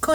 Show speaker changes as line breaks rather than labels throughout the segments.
こ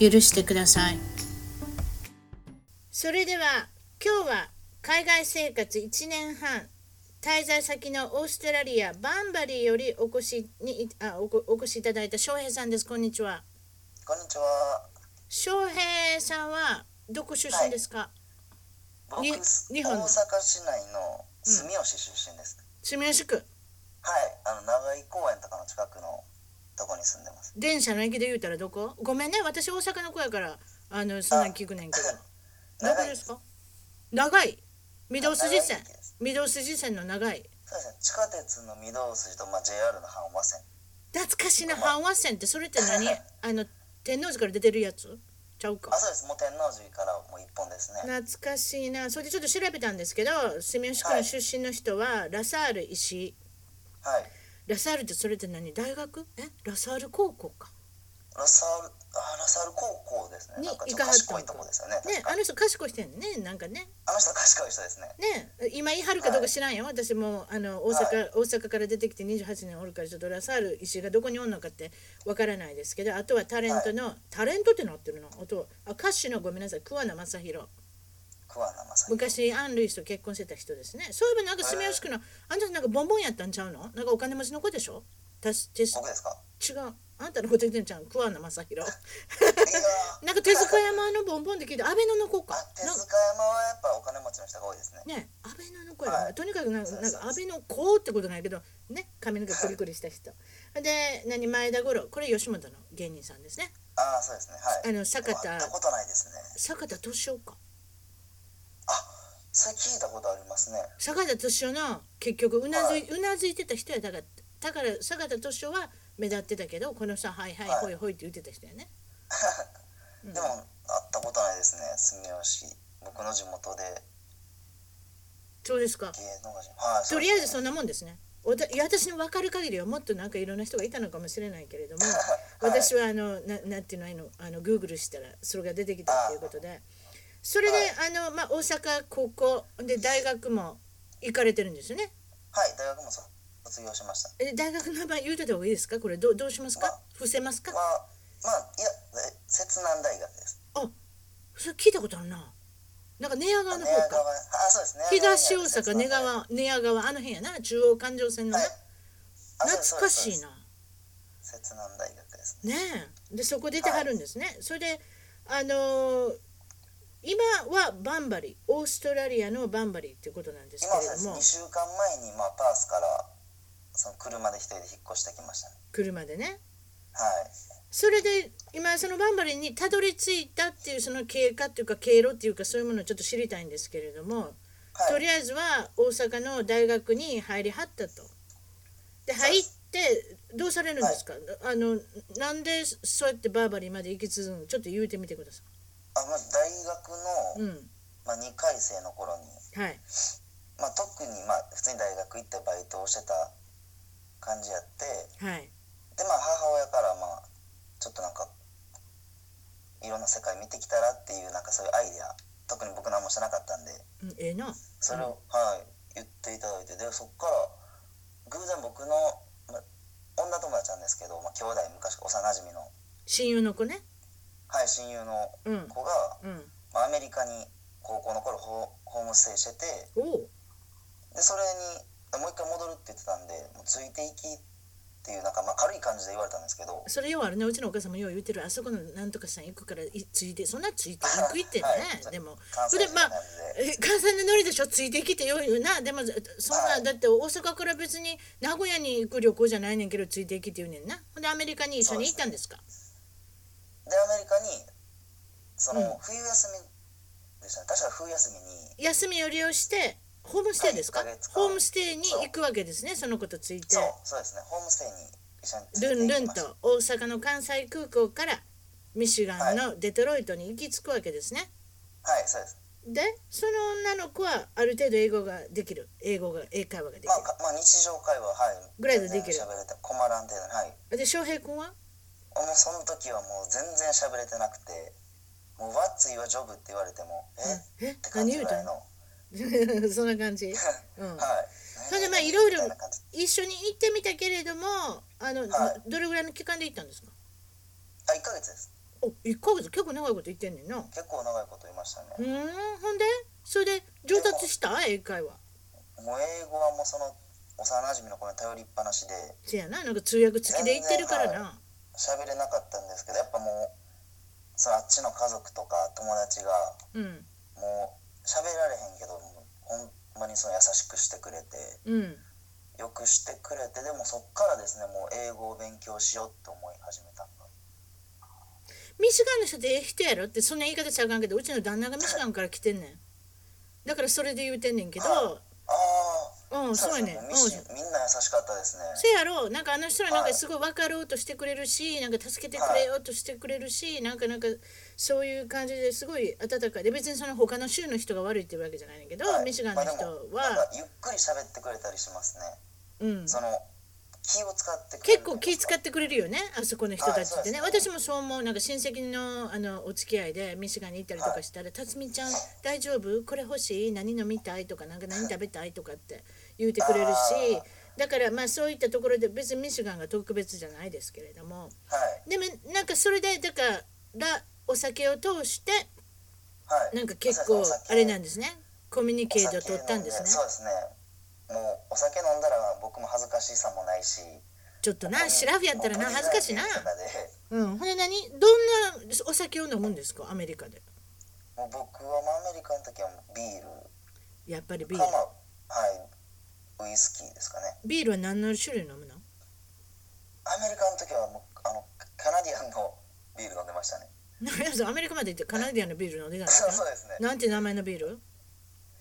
許してくださいそれでは今日は海外生活1年半滞在先のオーストラリアバンバリーよりお越しにあおこお越しいただいた翔平さんですこんにちは
こんにちは。
翔平さんはどこ出身ですか、
僕、
に
大
日
阪
本の
市内の住吉出身です。
住吉区
はい、あの長井公園とかの近くのとこに住んでます。
電車の駅で言うたらどこごめんね私大阪の子やからあのそんなん聞くねんけどど
長
こ
い
ですか長い御堂筋線
長い駅です
御堂筋線の長い
そうですね。地下鉄の御堂筋とまあ JR の阪和線。
懐かしいな阪和線ってそれって 何あの天王寺から出てるやつちゃうか
あ、そうです。もう天王寺からもう一本ですね。
懐かしいなそれでちょっと調べたんですけど住吉区の出身の人はラサール石井
はい。
ラサールってそれって何大学えラサール高校か
ラサール、あ、ラサール高校ですね。
に
なんかちょっ
行か
と
はった
賢
ん
い
か
とこですよね。
ね
確
あ
か。
の人賢い人やんねなんかね
あの人賢い人ですね。
ね今言い張るかどうか知らんよ、私もうあの大阪、大阪から出てきて28年おるからちょっとラサール石井がどこにおんのかってわからないですけどあとはタレントの、タレントってなってるのあとはあ歌手のごめんなさい桑名正宏
桑名正宏。
昔アン・ルイスと結婚してた人ですねそういえばなんか住吉区のあんたなんかボンボンやったんちゃうのなんかお金持ちの子でしょたし手す
僕ですか。
違うあんたのこと言ってんちゃう桑名正宏
いやー。
なんか手塚山のボンボンって聞いて安倍野の子 か
あ、手
なん
塚山はやっぱお金持ちの人が多いですね。
ね安倍の子やな、
はい
とにかくなんか
そう
な
そ
ん
うそう
か安倍の子ってことないけどね髪の毛クリクリした人で何前田五郎これ吉本の芸人さんですね
あー、そうですね。はい。
あの坂田
会ったことないですね。
坂田敏夫か
あ、それ聞いたことありますね。
坂田敏夫の結局うなず,、
はい
うなずいてた人やだからだから坂田敏夫は目立ってたけどこの人は「はいはい
はい
ほいほい」って言ってた人やね、うん
でも会ったことないですね住吉僕の地元で
そうですか
芸能人はい
とりあえず
そ
そんなもんですねおたいや私の分かる限りはもっとなんかいろんな人がいたのかもしれないけれども
うで
私
す
はあのななんていうのあのあのグーグルしたらそれが出てきたっていうことでそれであの、まあ、大阪高校で大学も行かれてるんですよね
はい、はい、大学もそ卒業しました
え大学の名前言うてた方がいいですかこれどうどうしますか伏せますか
まあまあいやえ摂南大学です
それ聞いたことあるななんか寝屋川の
寝
方
屋
か
川あそうですね
東大
摂
阪
南
寝
大学
川寝屋川あの辺やな中央環状線の
は
ない
あそうです
懐かしい
そうです
な
摂南大学ですね
ねえでそこ出てはるんですね、それであのー今はバンバリーオーストラリアのバンバリーっていうことなんです
今
け
は
れ
そうです
ども
2週間前に、まあ、パースからその車で一人で引っ越してきましたね
車でね
はい
それで今そのバンバリーにたどり着いたっていうその経過っていうか経路っていうかそういうものをちょっと知りたいんですけれども、
はい
とりあえずは大阪の大学に入りはったと。で入ってどうされるんですか、あのなんでそうやってバーバリーまで行き続くのちょっと言うてみてくださ
あまず大
い。
学の、
うん
まあ、2回生の頃に
はい
まあ、特にまあ普通に大学行ってバイトをしてた感じやって
はい
でまあ母親からまあちょっとなんかいろんな世界見てきたらっていうなんかそういうアイデア特に僕何もしてなかったんで
うんええな。
それを、はい言っていただいてでそっから偶然僕の、まあ、女友達なんですけど、まあ、兄弟昔幼なじみの、
親友の子ね。
はい、親友の
うん。
子が、
うん。
まあ、アメリカに高校の頃ホホームステイしてて
おお。
でそれにもう一回戻るって言ってたんでもうついていきっていうなんかまあ軽い感じで言われたんですけど
それようあるね。うちのお母さんもよう言ってる。あそこのなんとかさん行くからいついて、そんなついて行くいってね。
はい
でも。
関
そ
西
れ
人
でま
な
あ
んで、
え関西のノリでしょついてきてよ言うなでもそんな、
はい
だって大阪から別に名古屋に行く旅行じゃないねんけどついてきて言うねんなほんでアメリカに一緒に行ったんですか
でアメリカにその
うん
冬休みでしたね、確か冬休みに
休みを利用してホームステイですか、
はい一ヶ月間
ホームステイに行くわけですねそのことついて
そうそうですねホームステイに一緒に
ルンルン
連れて行きました
と大阪の関西空港からミシガンのデトロイトに行き着くわけですね。
はいそうです
でその女の子はある程度英語ができる英語が英会話ができる
まあ、かまあ日常会話はい
ぐらいでできる
全然喋れて困らん程度にはい
で翔平君は
もうその時はもう全然喋れてなくて「もう What's your job?」って言われても「え
え
っ?」て感
何
じ
言う
ぐらい
た
の
のそんな感じ、うん
は、い
それでまあいろいろ
みたな感じ
一緒に行ってみたけれどもあの、
は
どれぐらいの期間で行ったんですか
あ1ヶ月です
お一ヶ月結構長いこと行ってんねんなう
結構長いこといましたね、
ーんほんでそれで上達した英会話
もう英語はもうその幼馴染の子に頼りっぱなしで
せやななんか通訳付きで行ってるからな
喋れなかったんですけどやっぱもうそのあっちの家族とか友達が
うん
もう喋られへんけどもうほんまにその優しくしてくれて
うん
よくしてくれてでもそっからですねもう英語を勉強しようって思い始めたのが
ミシガンの人ってええ人やろってそんな言い方ちゃうかんけどうちの旦那がミシガンから来てんねんだからそれで言うてんねんけど
あ
う
あ
んそうやねん
も
う
うんミシみんな優しかったですね
せやろなんかあの人はなんかすごい分かろうとしてくれるしなんか助けてくれようとしてくれるしなんかなんかそういう感じですごい温かいで別にその他の州の人が悪いっていうわけじゃないんだけど、
はい
ミシガンの人
まあでもなん
は、
かゆっくり喋ってくれたりしますね
うん、
その気を使ってくれ
結
る
構気使
っ
ってくれるよねあそこの人たちってね、
はいそうで
私もそう思うなんか親戚のあのお付き合いでミシガンに行ったりとかしたら「辰巳ちゃん大丈夫これ欲しい何飲みたい?」とか「なんか何食べたい?」とかって言うてくれるし
あ
だからまあそういったところで別にミシガンが特別じゃないですけれども
はい
でもなんかそれでだからお酒を通して
はい
なんか結構あれなんんですねコミュニケーションを取ったんですね
そうですねもうお酒飲んだら僕も恥ずかしさもないし
ちょっとなシラフやったらな恥ずかしいな
もう僕で
うんほんで何どんなお酒を飲むんですかアメリカで
もう僕はまあアメリカの時はもうビール
やっぱりビー
か
ル
まあはいウイスキーですかね
ビールは何の種類飲むの
アメリカの時はもうあのカナディアンのビール飲んでましたね
何やそれアメリカまで行ってカナディアンのビール飲んでたんです
そう
か
そうですね
なんて名前のビール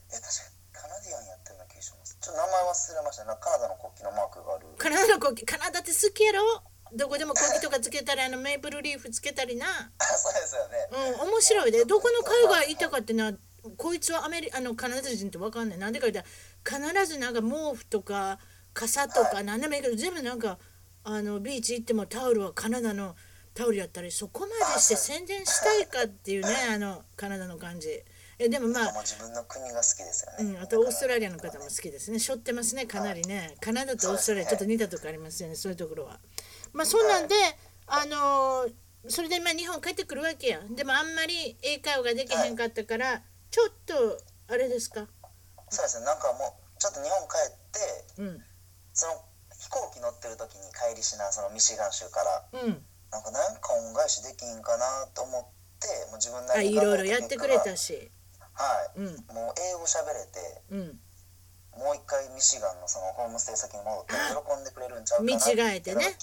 え確かカナディアンやってるような気がしますちょっと名前忘れましたねなんかカナダの国旗のマークがある
カナダの国旗カナダって好きやろどこでも国旗とかつけたりあのメープルリーフつけたりな
あそうですよね
うん面白いでどこの海外いたかってなこいつはアメリあのカナダ人ってわかんないなんでか言ったら必ずなんか毛布とか傘とか何でもいいけど全部なんかあのビーチ行ってもタオルはカナダのタオルやったりそこまでして宣伝したいかっていうねあのカナダの感じえでもまあ
もう自分の国が好きですよ
う
ね、
ん、あとオーストラリアの方も好きですね。しょってますね、かなりね。カナダとオーストラリア、ちょっと似たとこありますよね、そういうところは。まあ、そんなんで、あのーそれでまあ日本帰ってくるわけや。でもあんまり英会話ができへんかったから、ちょっと、あれですか。
そうですねなんかもうちょっと日本帰って
うん。うん。
その飛行機乗ってる時に帰りしなそのミシガン州からなんかなんか恩返しできんかなと思ってもう自分な
あい
りに
ろいろ
頑張
や
っ
ってて
く
く
れ
れ
た
たし。
はい、
うん。
もう英語喋れて
うん。
もう一回ミシガンのそのホームステイ先に戻って喜んでくれるんちゃうか
見
な
違えてね。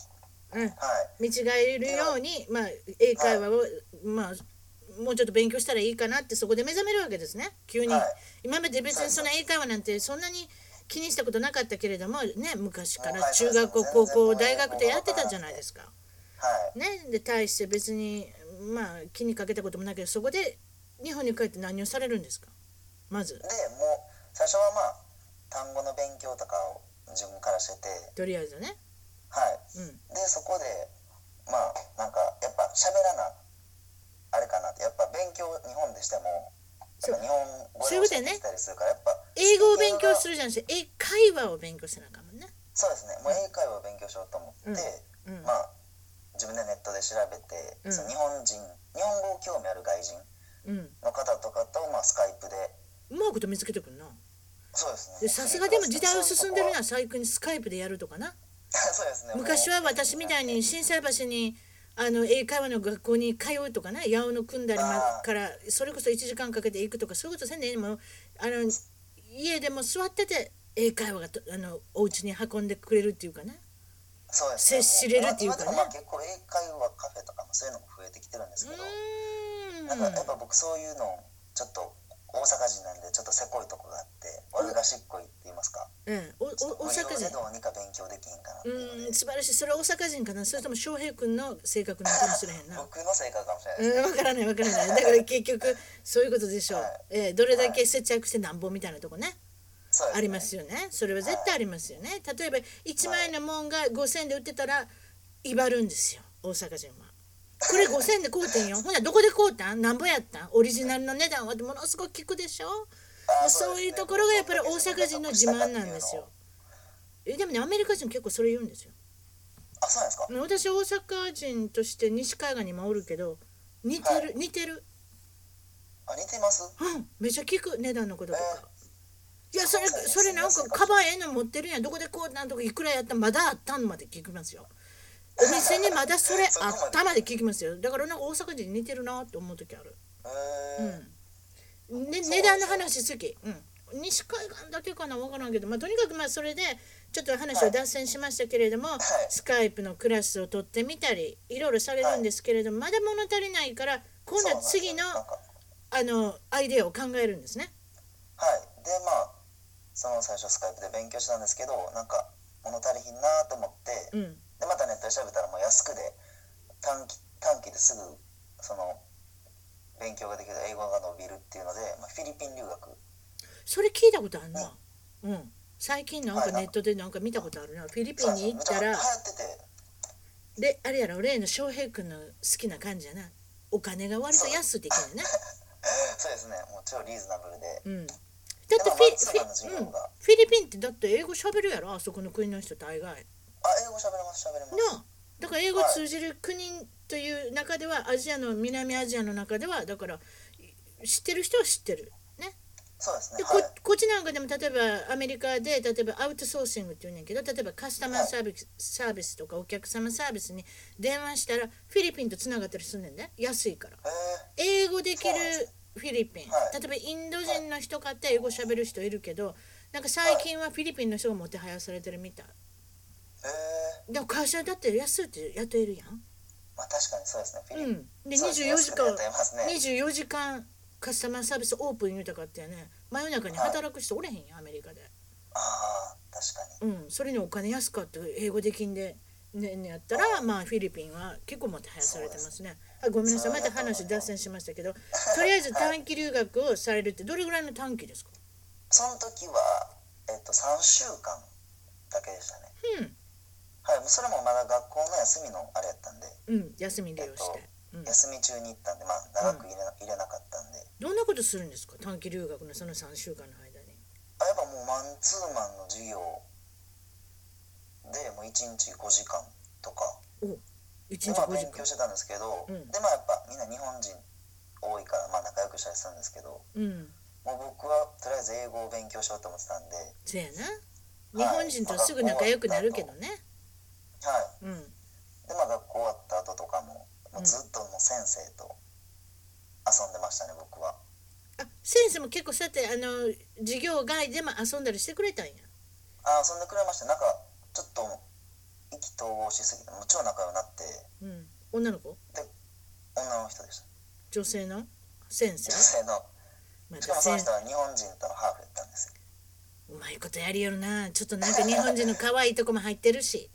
うん。
はい
見違えるように、まあ、英会話を、まあ、もうちょっと勉強したらいいかなってそこで目覚めるわけですね急に、
はい
今まで別にそんな英会話なんてそんなに気にしたことなかったけれどもね昔か
もう
ら
はい
中
そう
学
そう
校高校
全
大
然もう
学でやってたじゃないですか。
はい
ねで対して別にまあ気にかけたこともないけどそこで日本に帰って何をされるんですかまず
でもう最初はまあ単語の勉強とかを自分からしてて
とりあえずね。
はい
うん
でそこでまあなんかやっぱ喋らなあれかなってやっぱ勉強日本でしてもやっぱ日本語
そう
で
いうこと
教
やね
えてきたりするからやっぱ
英語を勉強する
る
じゃなくて英会話を勉強せなあかんもんね。
そうですねもう英会話を勉強しようと思って、
うん
まあ自分でネットで調べて、
うん
その日本人日本語興味ある外人
うん、
の方とかとまあスカイプで
うまいこと見つけてくんな。
そうです
で
ね
さすがでも時代は進んでる
な
な最近スカイプでやるとかな
そうですね
昔は私みたいに心斎橋にあの英会話の学校に通うとかな八百の組んだりま
あー
からそれこそ1時間かけて行くとかそういうことせんでいいもうあの家でも座ってて英会話がとあのお家に運んでくれるっていうかな
そうですね
接しれるっていうかね
まあ今でもまあ結構英会話カフェとかもそういうのも増えてきてるんですけど、
う
なんかやっ
ーん
ぱ僕そういうのちょっと大阪人なんでちょっとせこいとこがあって悪がしっこいって言いますか
うん、お
ちょっと
お大阪
無料で
人
どうにか勉強できへんかなっていうの
う
で
ん素晴らしいそれは大阪人かなそれとも翔平君の性格なのかもしれへんな
僕の性格かもしれないですね、
うん、わからないわからないだから結局そういうことでしょう、
はい
えーどれだけ節約してなんぼみたいなとこね、
そうですね
ありますよねそれは絶対ありますよね例えば1万円のもんが5,000円で売ってたら威張るんですよ大阪人は。これ5,000円で買うてんよほんならどこで買うたんなんぼやったんオリジナルの値段はものすごく聞くでしょ
あー
そう
ですね
いうところがやっぱり大阪人の自慢なんですよ。えでもねアメリカ人結構それ言うんですよ。
あそうなんですか
私大阪人として西海岸にもおるけど似てる、
は
似てる
あ似てます
うんめちゃ聞く値段のこととか、いやそれ
そうです
それなんかカバンええの持ってるやんどこでこうなんとかいくらやったんまだあったんまで聞きますよお店にまだそれあったまで聞きますよだからなんか大阪人に似てるなと思う時ある、
へー
うんね、値段の話好き、うん、西海岸だけかな分からんけど、まあ、とにかくまあそれでちょっと話を脱線しましたけれども、スカイプのクラスを取ってみたりいろいろされるんですけれども、まだ物足りないから今度は次の
そうなんですよなん
あ
か
のアイデアを考えるんですね。
はいでまあその最初スカイプで勉強したんですけどなんか物足りひんなと思って、
うん、
でまたネットで調べたらもう安くで短期短期ですぐその勉強ができる英語が伸びるっていうので、まあ、フィリピン留学
それ聞いたことあるな。うん、最近なんか
はい
ネットでなんか見たことあるな。フィリピンに行った
め
ら
ちゃくちゃ流行っ
で
てて
あれやろ例の翔平君の好きな感じやな。お金が割と安いできるね。
そうですねもう超リーズナブルで
うん。だってフ
でもまあ
ィ
通
フィ、
貨の授業が
うん、フィリピンってだって英語喋るやろあそこの国の人大概。
あ英語喋れます喋れます
なあだから英語通じる国という中ではアジアの南アジアの中ではだからい知ってる人は知ってる。ね、
そうですね
でこ
はい
こっちなんかでも例えばアメリカで例えばアウトソーシングって言うねんけど例えばカスタマーサービスサービスとかお客様サービスに電話したらフィリピンとつながったりすんねんで安いから
へえ
英語できる
そうなんです
フィリピン
はい
例えばインド人の人かって英語喋る人いるけどなんか最近はフィリピンの人がもてはやされてるみたい
へえ
でも会社だって安いって雇えるやん
まあ確かにそうですねフィリ
う
ピン、
んで
そう
24時
安くで
間
やってますね
24時間カスタマーサービスオープン言うたかってやね真夜中に働く人おれへんやんアメリカで。
ああ確かに
うん、それにお金安かって英語できんで、ねね、やったら、まあ、フィリピンは結構もてはやされてますね。あごめんなさい、また話脱線しましたけど、とりあえず短期留学をされるって、どれぐらいの短期ですか
その時はえっと3週間だけでしたね
うん
はいもうそれもまだ学校の休みのあれやったんで
うん、休み利用して。うん、
休み中に行ったんでまあ長く入れな,、入れなかったんで
どんなことするんですか短期留学のその3週間の間に。
あやっぱもうマンツーマンの授業でもう1日5時間とか
1日
でまあ
5時
勉強
間。
してたんですけど、
うん
でまあやっぱみんな日本人多いからまあ仲良くしたりしたんですけど
うん、
もう僕はとりあえず英語を勉強しようと思ってたんで
そうやな。日本人とすぐ仲良くなるけどね。
はい
うん。
でまあ学校終わった後とかももうずっともう先生と遊んでましたね僕は
あ先生も結構そうやってあの授業外でも遊んだりしてくれたんや。
あ遊んでくれましたなんかちょっと意気投合しすぎてもう超仲良くなって
うん、女の子
女の人でした
女性の先生
女性の
ま
し
た
かもその
先
人は日本人とのハーフやったんですよ
うまいことやりよるなちょっとなんか日本人の可愛いとこも入ってるし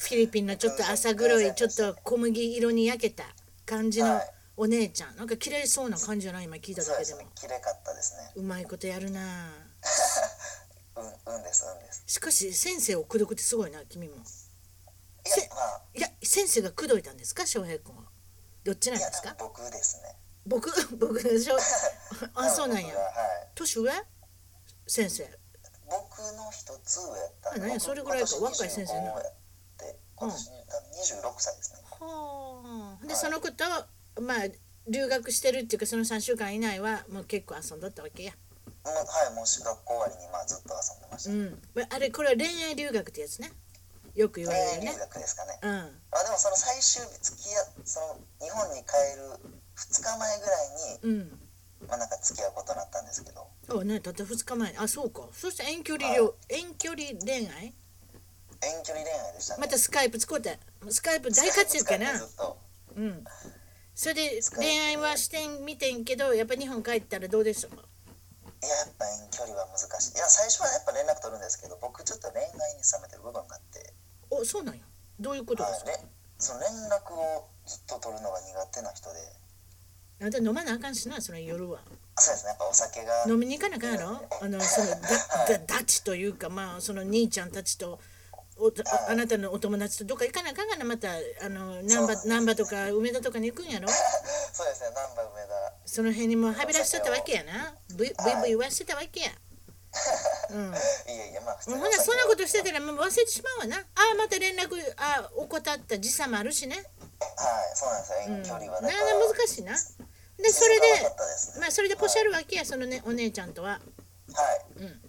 フィリピンのちょっと朝黒いちょっと小麦色に焼けた感じの
はい
お姉ちゃんなんか綺麗そうな感じじゃない今聞いた
そう
だけで
で
すも
ねきれかったですね
うまいことやるな
うんうんですうんです
しかし先生を口説くってすごいな君も
いや
せ
まあ
いや先生が口説いたんですか翔平君はどっちなん
い
で
や
すか
多分僕ですね
僕僕でしょあそうなんや
多分僕がはい
年上先生
僕の一つ上やったん
あね
で
それぐらいか
僕
若い先生
今
な
年25やって今年多分26歳ですね
はあ、で、
はい
その子とまあ留学してるっていうかその3週間以内はもう結構遊んどったわけや、
もうはいもう学校終わりにまあずっと遊んでまし
うん、ま
た、
ああれこれは恋愛留学ってやつねよく言われる
恋
ね
愛留学ですかね
うん
あでもその最終日付き合その日本に帰る2日前ぐらい
う
に
ん
まあなんか付き合うことになったんですけど
あねたった2日前にあそうかそして遠距離りょ遠距離恋愛
遠距離恋愛でしたね
またスカイプ使うてスカイプ大活躍やな
ずっと
うんそれで恋愛はしてみてんけどやっぱ日本帰ったらどうでしたか
いややっぱ遠距離は難しいいや最初はやっぱ連絡取るんですけど僕ちょっと恋愛に冷めてる部分があって
おそうなんやどういうこと
は
です
い
か
れその連絡をずっと取るのが苦手な人で
あんた飲まなあかんしなその夜は
そうですねやっぱお酒が
飲みに行かなあかんやろあのそのだだダチというかまあその兄ちゃんたちとおとあなたのお友達とどっか行かなあかんがなまたあの難波難波とか梅田とかに行くんやろ
そうですね難波梅田
その辺にもうはびらしとったわけやなブイブイブイはしてたわけやうん
いやいやまあ普
もうほ
お
な
酒
そんな
は
ことしてたらもう忘れてしまうわなああまた連絡ああ怠った時差もあるしね、
はいそうなんですよ
うん、な
遠距離は
あ
だから、
難しいなでそれ
時
で
差がなかったですね
まあそれでポシャるわけやそのねお姉ちゃんとは
はい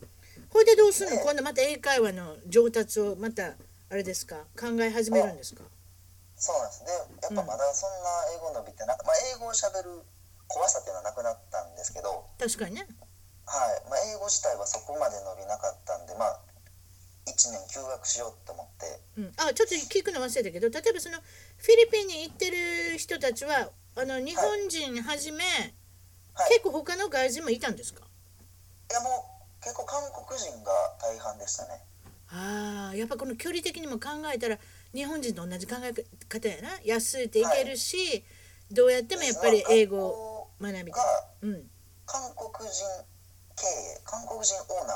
ほいでどうすんの今度また英会話の上達をまたあれですか考え始めるんですか
そうなんですでやっぱまだそんな英語伸びてなく、まあ英語をしゃべる怖さっていうのはなくなったんですけど
確かにね
はい、まあ、英語自体はそこまで伸びなかったんでまあ1年休学しようと思っ
う
て
ん、あちょっと聞くの忘れたけど例えばそのフィリピンに行ってる人たちはあの日本人はじめ、
はい
結構他の外人もいたんですか
いやもう結構韓国人が大半でしたね
あーやっぱこの距離的にも考えたら日本人と同じ考え方やな安いていけるし、どうやってもやっぱり英語を学び
学校
た
が
い、うん、
韓国人経営韓国人オーナ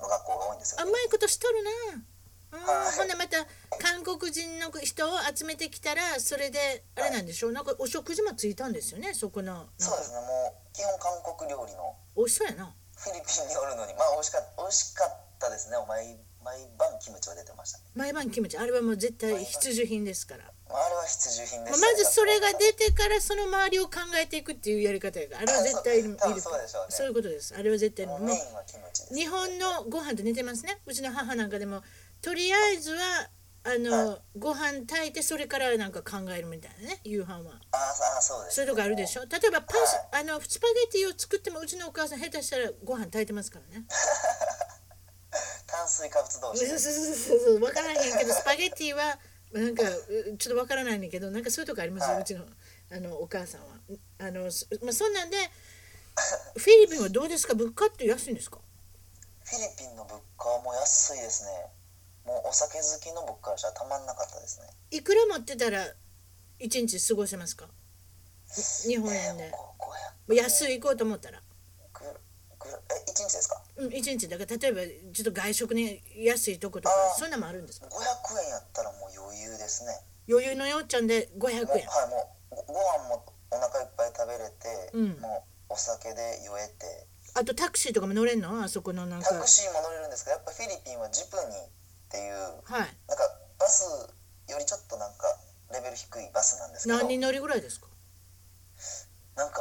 ーの学校が多いんですよ
あうまいことしとるな、うん
はい
ほんなまた韓国人の人を集めてきたらそれであれなんでしょうなんかお食事もついたんですよねそこのなんか
そうですねもう基本韓国料理の
美味しそうやな
フィリピンにおるのにまあ美味しかった美味しかったですね毎毎晩キムチは出てましたね、
毎晩キムチあれはもう絶対必需品ですから、
まあ、あれは必需品で
まあ
す
まずそれが出てからその周りを考えていくっていうやり方やからあれは絶対いるいる
多分そうでしょうね
そういうことですあれは絶対もう
もうメインはキムチです
日本のご飯と似てますねうちの母なんかでもとりあえずはあの、ご飯炊いてそれからなんか考えるみたいなね夕飯は
ああそうです
そういうとこあるで
ょ
しょ例えばパスあのスパゲティを作ってもうちのお母さん下手したらご飯炊いてますからね
炭水化物同士
そうそうそうそう分からへんけどスパゲティはなんかうちょっと分からないねんだけどなんかそういうとこありますよ、
はいう
ちのあのお母さんはあの、そまあ、そんなんでフィリピンはどうですか物価って安いんですか
フィリピンの物価はもう安いですねもうお酒好きの僕からしたらたまんなかったですね
いくら持ってたら一日過ごせますかに日本円で
えーここや
安い行こうと思ったら、
ぐぐえ一日ですか
うん、一日だから例えばちょっと外食に安いとことか
あー
そんなんもあるんですか
500円やったらもう余裕ですね
余裕のよっちゃんで500
もうはい
円
もうごご飯もお腹いっぱい食べれて、
うん
もうお酒で酔えて
あとタクシーとかも乗れんのあそこのなんか
タクシーも乗れるんですけどやっぱフィリピンはジプニーっていう
はい
なんかバスよりちょっとなんかレベル低いバスなんですけど
何人乗りぐらいですか
なんか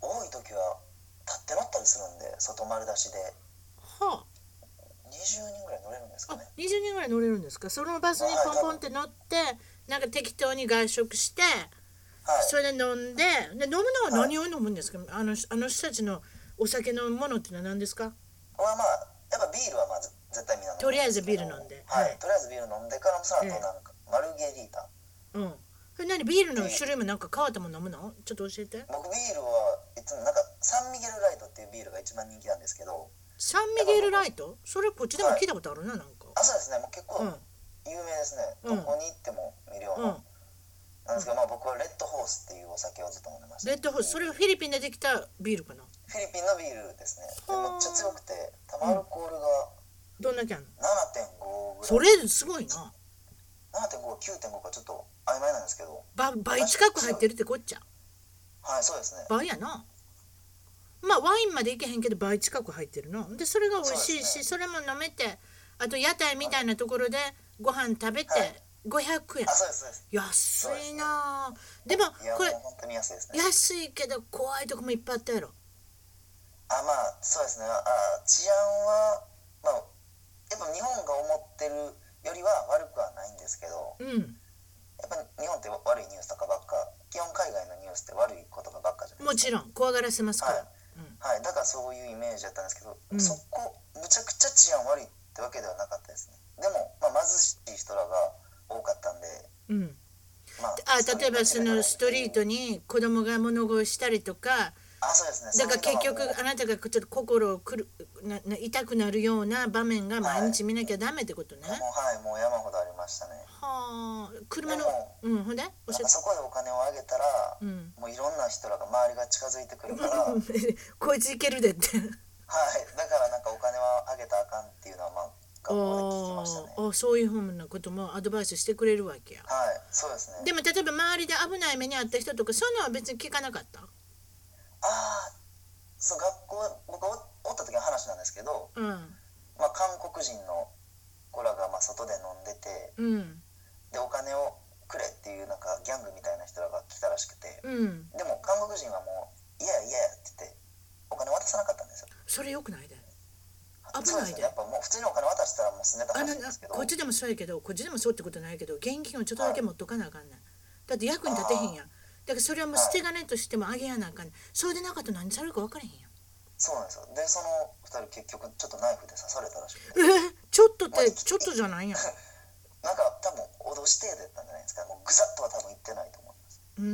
多い時は立って乗ったりするんで外丸出しで
は
20人ぐらい乗れるんです
あ、あ
かね
20人ぐらい乗れるんですかそのバスにポンポンって乗ってなんか適当に外食して
はい
それで飲んでで飲むのは何を飲むんですかあのあの人たちのお酒のものってのは何ですか
これはまあやっぱビールはまあぜ絶対みんな飲む
とりあえずビール飲んで
は
は
い、
い
とりあえずビール飲んでからもさあ
え
と
え
なんかマルゲリータ
うん。それ何ビールの種類もなんか変わったもの飲むの？ちょっと教えて。
僕ビールはいつもなんかサンミゲルライトっていうビールが一番人気なんですけど
サンミゲルライト？それこっちでも聞いたことあるななんか。
あそうですねもう結構
うん
有名ですね、
うん
どこに行っても見るよ
う
う
ん
な、。なんですけど、まあ、僕はレッドホースっていうお酒をずっと飲んでました
レッドホースそれはフィリピンでできたビールかな。
フィリピンのビールですねで
はあ
めっちゃ強くて多分アルコールが
どんだけあんの？
7.5ぐらい
それすごいな。
7.59.5かちょっと曖昧なんですけど
ば倍近く入ってるってこっちゃ。
はいそうですね
倍やな。まあワインまでいけへんけど倍近く入ってるな。でそれが美味しいし、それも飲めて、あと屋台みたいなところでご飯食べて
はい
500円
あ。そうですそうです
安いな。でも
いや
こ
も
れ
う本当に安いですね
安いけど怖いとこもいっぱいあったやろ。
あまあそうですねあ治安はまあやっぱ日本が思ってるよりは悪くはないんですけど
うん。
やっぱ日本って悪いニュースとかばっか基本海外のニュースって悪いことがばっかじゃない
もちろん怖がらせますから、
はいはいだからそういうイメージだったんですけど、
うん
そこむちゃくちゃ治安悪いってわけではなかったですねでも、まあ、貧しい人らが多かったんで、
うん
ままあ
あ例えばそのストリートに子供が物乞いしたりとか
あそうですね
だから結局
そういうのはも
あ
う
なたがちょっと心をくるなな痛くなるような場面が毎日見なきゃダメってことね。
もうはいもう山ほどありましたね
はあ車の
でも
うんほんでおし
なん
ゃ
かそこでお金をあげたら、
うん
もういろんな人らが周りが近づいてくるから、は い
こいついけるでって。
だからなんかお金はあげたらあかんっていうのはまあ学校で聞きましたね
ああそういうふうなこともアドバイスしてくれるわけや。
はいそうですね
でも例えば周りで危ない目に遭った人とかそういうのは別に聞かなかった。
ああそう学校僕がおおった時の話なんですけど、
うん
まあ、韓国人の子らがまあ外で飲んでて
うん
でお金をくれっていうなんかギャングみたいな人らが来たらしくて
うん
でも韓国人はもう「いやいや」って言ってお金渡さなかったんですよ
それよくないで。危
そう
な
で
い
すね
で
やっ。ぱもう普通にお金渡したらもうすねた
あの
話
な
ですけど
こっちでもそうやけどこっちでもそうってことないけど現金をちょっとだけ持っとかなあかんねんだって役に立てへんやんだからそれはもう捨て金としてもあげやなあかんねんそれでなかったら何されるか分からへんやん
そうなんですよでその2人結局ちょっとナイフで刺されたらしくて
えー ちょっとってちょっとじゃないやん
なんか多分脅し程度やったんじゃないですかもうぐさっとは多分いってないと思います
うー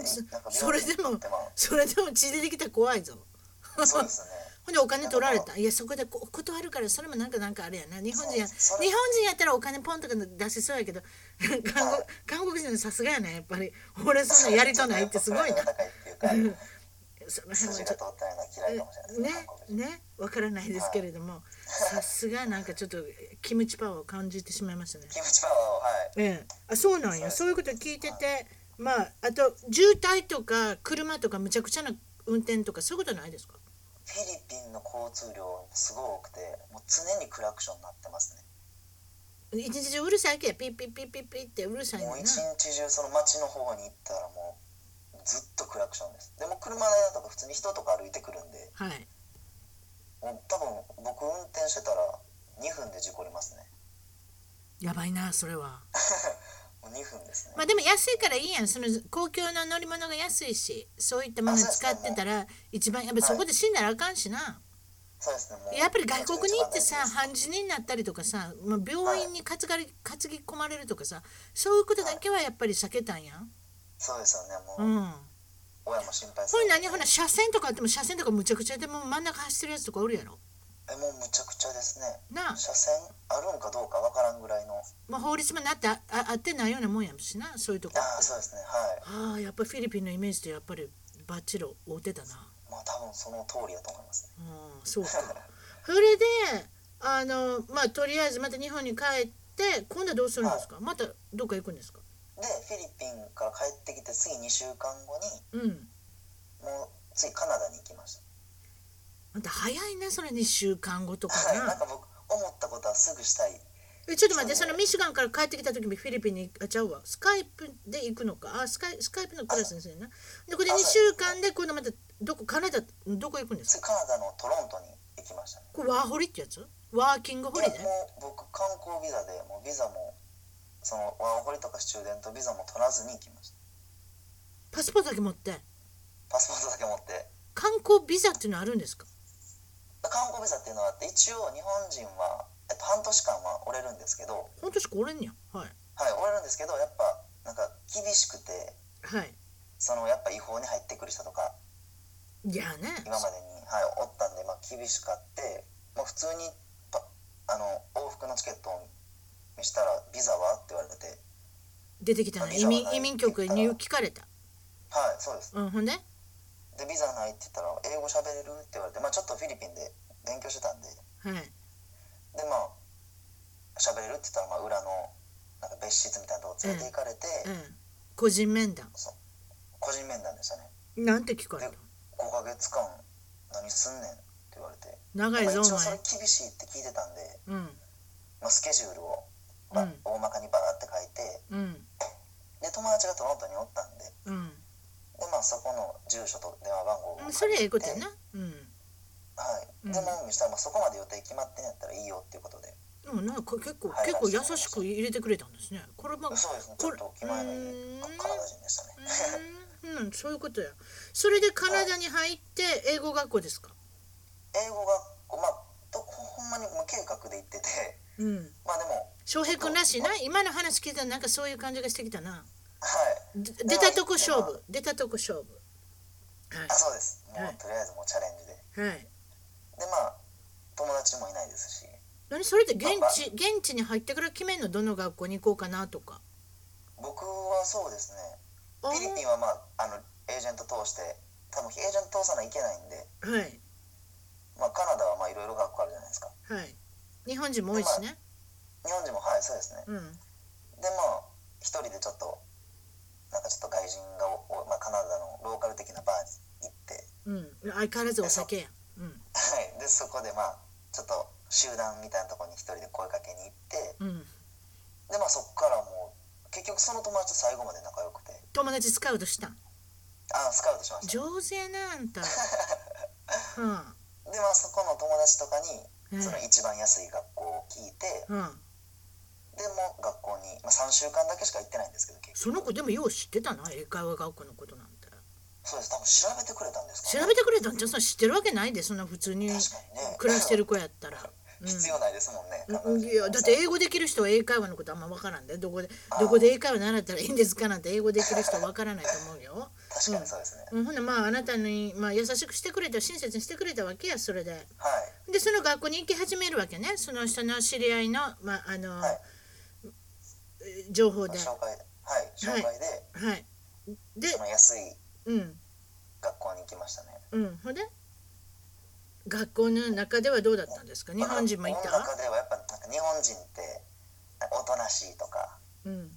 んそ
なんか
それでも
でも
それでも血出てきたら怖いぞ
そうですね
ほんでお金取られたいやそこでこ断るからそれもなんかなんかあれやな日本人や日
そう
本
それ
人やったらお金ポンとか出しそうやけど 韓国韓国人のさすがやなやっぱり俺そんなんやりとないってすごいな
ちょっとやっぱプライドが高いっていうか
その辺は
筋
ちょ
が
っ
通ってないのは嫌いかもしれないです
ね
韓国人
ねわからないですけれども、さすがなんかちょっとキムチパワーを感じてしまいましたね。
キムチパワーをはい
ええ、あそうなんやそういうこと聞いててまああと渋滞とか車とかむちゃくちゃな運転とかそういうことないですか
フィリピンの交通量すごい多くてもう常にクラクションになってますね
一日中うるさいけやピッピッピッピッピッってうるさいねん
も
な
う一日中その街の方に行ったらもうずっとクラクションですでも車の間とか普通に人とか歩いてくるんで
はい
もう多分僕運転してたら2分で事故りますね
やばいなそれは
もう2分ですね
まあでも安いからいいやんその公共の乗り物が安いしそういったものを使ってたら一番やっぱそこで死んだらあかんしな、
そうですねもう
やっぱり外国に行ってさ
一番
半死になったりとかさ、まあ、病院に担がれ担ぎ込まれるとかさそういうことだけはやっぱり避けたんやん。
大事ですそうですよね
う、
もうん親も心配す
ほ
る
い何ほな車線とかあっても車線とかむちゃくちゃでも真ん中走ってるやつとかおるやろ。
えもうむちゃくちゃですね
なあ、
車線あるんかどうかわからんぐらいの
まあ、法律もなってああ合ってないようなもんやしなそういうとこ。
ああそうですねは
あ
い
あやっぱりフィリピンのイメージとやっぱりバッチリ合うてたな。
まあ多分その通りだと思いますね
うんそうか。 それであのまあとりあえずまた日本に帰って今度はどうするんですかまたどっか行くんですか
でフィリピンから帰ってきて次2週間後に
うん。
もう次カナダに行きました
あんた早いなそれ2週間後とか
はいなん
な
か僕思ったことはすぐしたい
えちょっと待ってそのミシガンから帰ってきた時もフィリピンにあちゃうわスカイプで行くのかあスカイスカイプのクラスですよなでこれで2週間で今度またどこカナダどこ行くんですか
次カナダのトロントに行きましたね
これワーホリってやつワーキングホリデー
いやもう僕観光ビザでもうビザもそのワーホリとかスチューデントビザも取らずに行きました
パスポートだけ持って
パスポートだけ持って
観光ビザっていうのあるんですか
観光ビザっていうのはあって一応日本人は、えっと、半年間は折れるんですけど
本当しかおれんねやはい
はい折れるんですけどやっぱなんか厳しくて
はい
そのやっぱ違法に入ってくる人とか
いやね
今までに、はい、おったんで、まあ、厳しかって、まあ、普通にパあの往復のチケットを見したらビザはって言われて
出てきたな
あビ
移
ザはない
民移民局に聞かれた
はいそうです
うんほんで
でビザないって言ったら英語喋れるって言われて、まあ、ちょっとフィリピンで勉強してたんで
はい
でまあ喋れるって言ったら、まあ、裏のなんか別室みたいなとこ連れて行かれて、
うん個人面談
個人面談でしたね
なんて聞かれた
5ヶ月間何すんねんって言われて、
長い
まあ、
ぞ
一
お
応それ
前
厳しいって聞いてたんで、
うん
まあ、スケジュールを、まあ
うん
大まかにバーって書いて、
うん
で友達がトロントにおったんで
うん
でまあそこの住所と電話番号
う
を
ん、それええことやな。うん。
はい、
うん
でもしたら、まあ、そこまで予定決まってんやったらいいよっていうことで
でもなんか結構、
はい
結構優しく入れてくれたんですね。これまあ、
そうですねち
こ
ょ
れ
っと気前のいいカ
うん
カナダ人でしたね
うん、うん、そういうことや。それでカナダに入って英語学校ですか。
英語学校まあとほんまに無計画で行って て
うん。
まあでも
翔平君らしいな。今の話聞いたらなんかそういう感じがしてきたな。
はい
で出たとこ勝負出たとこ勝負
あそうですも
は
う
い
とりあえずもうチャレンジで
はい、はい、
でまあ友達もいないですし
何それって現地現地に入ってから決めんのどの学校に行こうかなとか
僕はそうですね
あ
フィリピンはまああのエージェント通して多分エージェント通さないといけないん
は
で、
い
まあ、カナダはまあいろいろ学校あるじゃないですか
はい日本人も多いしね
日本人もはいそうですね
うん
でまあ一人でちょっとなんかちょっと外人がおおまあ、カナダのローカル的なバーに行って
うん相変わらずお酒やうん
はいでそこでまあちょっと集団みたいなところに一人で声かけに行って
うん
でまあそこからもう結局その友達と最後まで仲良くて
友達スカウトしたん
あスカウトしました
上手やなあん たは
でまあそこの友達とかに
あえ
その
え
一番安い学校を聞いて、
うん
でもう学校に、まあ、3週間だけしか行ってないんですけど結
その
局
子でもよう知ってたな英会話学校のことなんて
そうです多分調べてくれたんですか
調べてくれたんじゃんそんな知ってるわけないでそんな普通に
確かにね
暮らしてる子やったら、うん
必要ないですもんね、彼
うん
女
いやだって英語できる人は英会話のことあんま分からんでどこで
あー
どこで英会話習ったらいいんですかなんて英語できる人は分からないと思うよ。
確かにそうですね、
うん、ほんなまああなたに、まあ、優しくしてくれた親切にしてくれたわけやそれで。
はい
でその学校に行き始めるわけねその人の知り合いの,、まああの
はい
情報
ま
で。
あ
は
紹介はい紹介で、
い、で
その安い
うん
学校に行きましたね
うんほんで学校の中ではどうだったんですか日
まあ
本人もい
この中
た、
ではやっぱなんか日本人っておとなしいとか,、
うん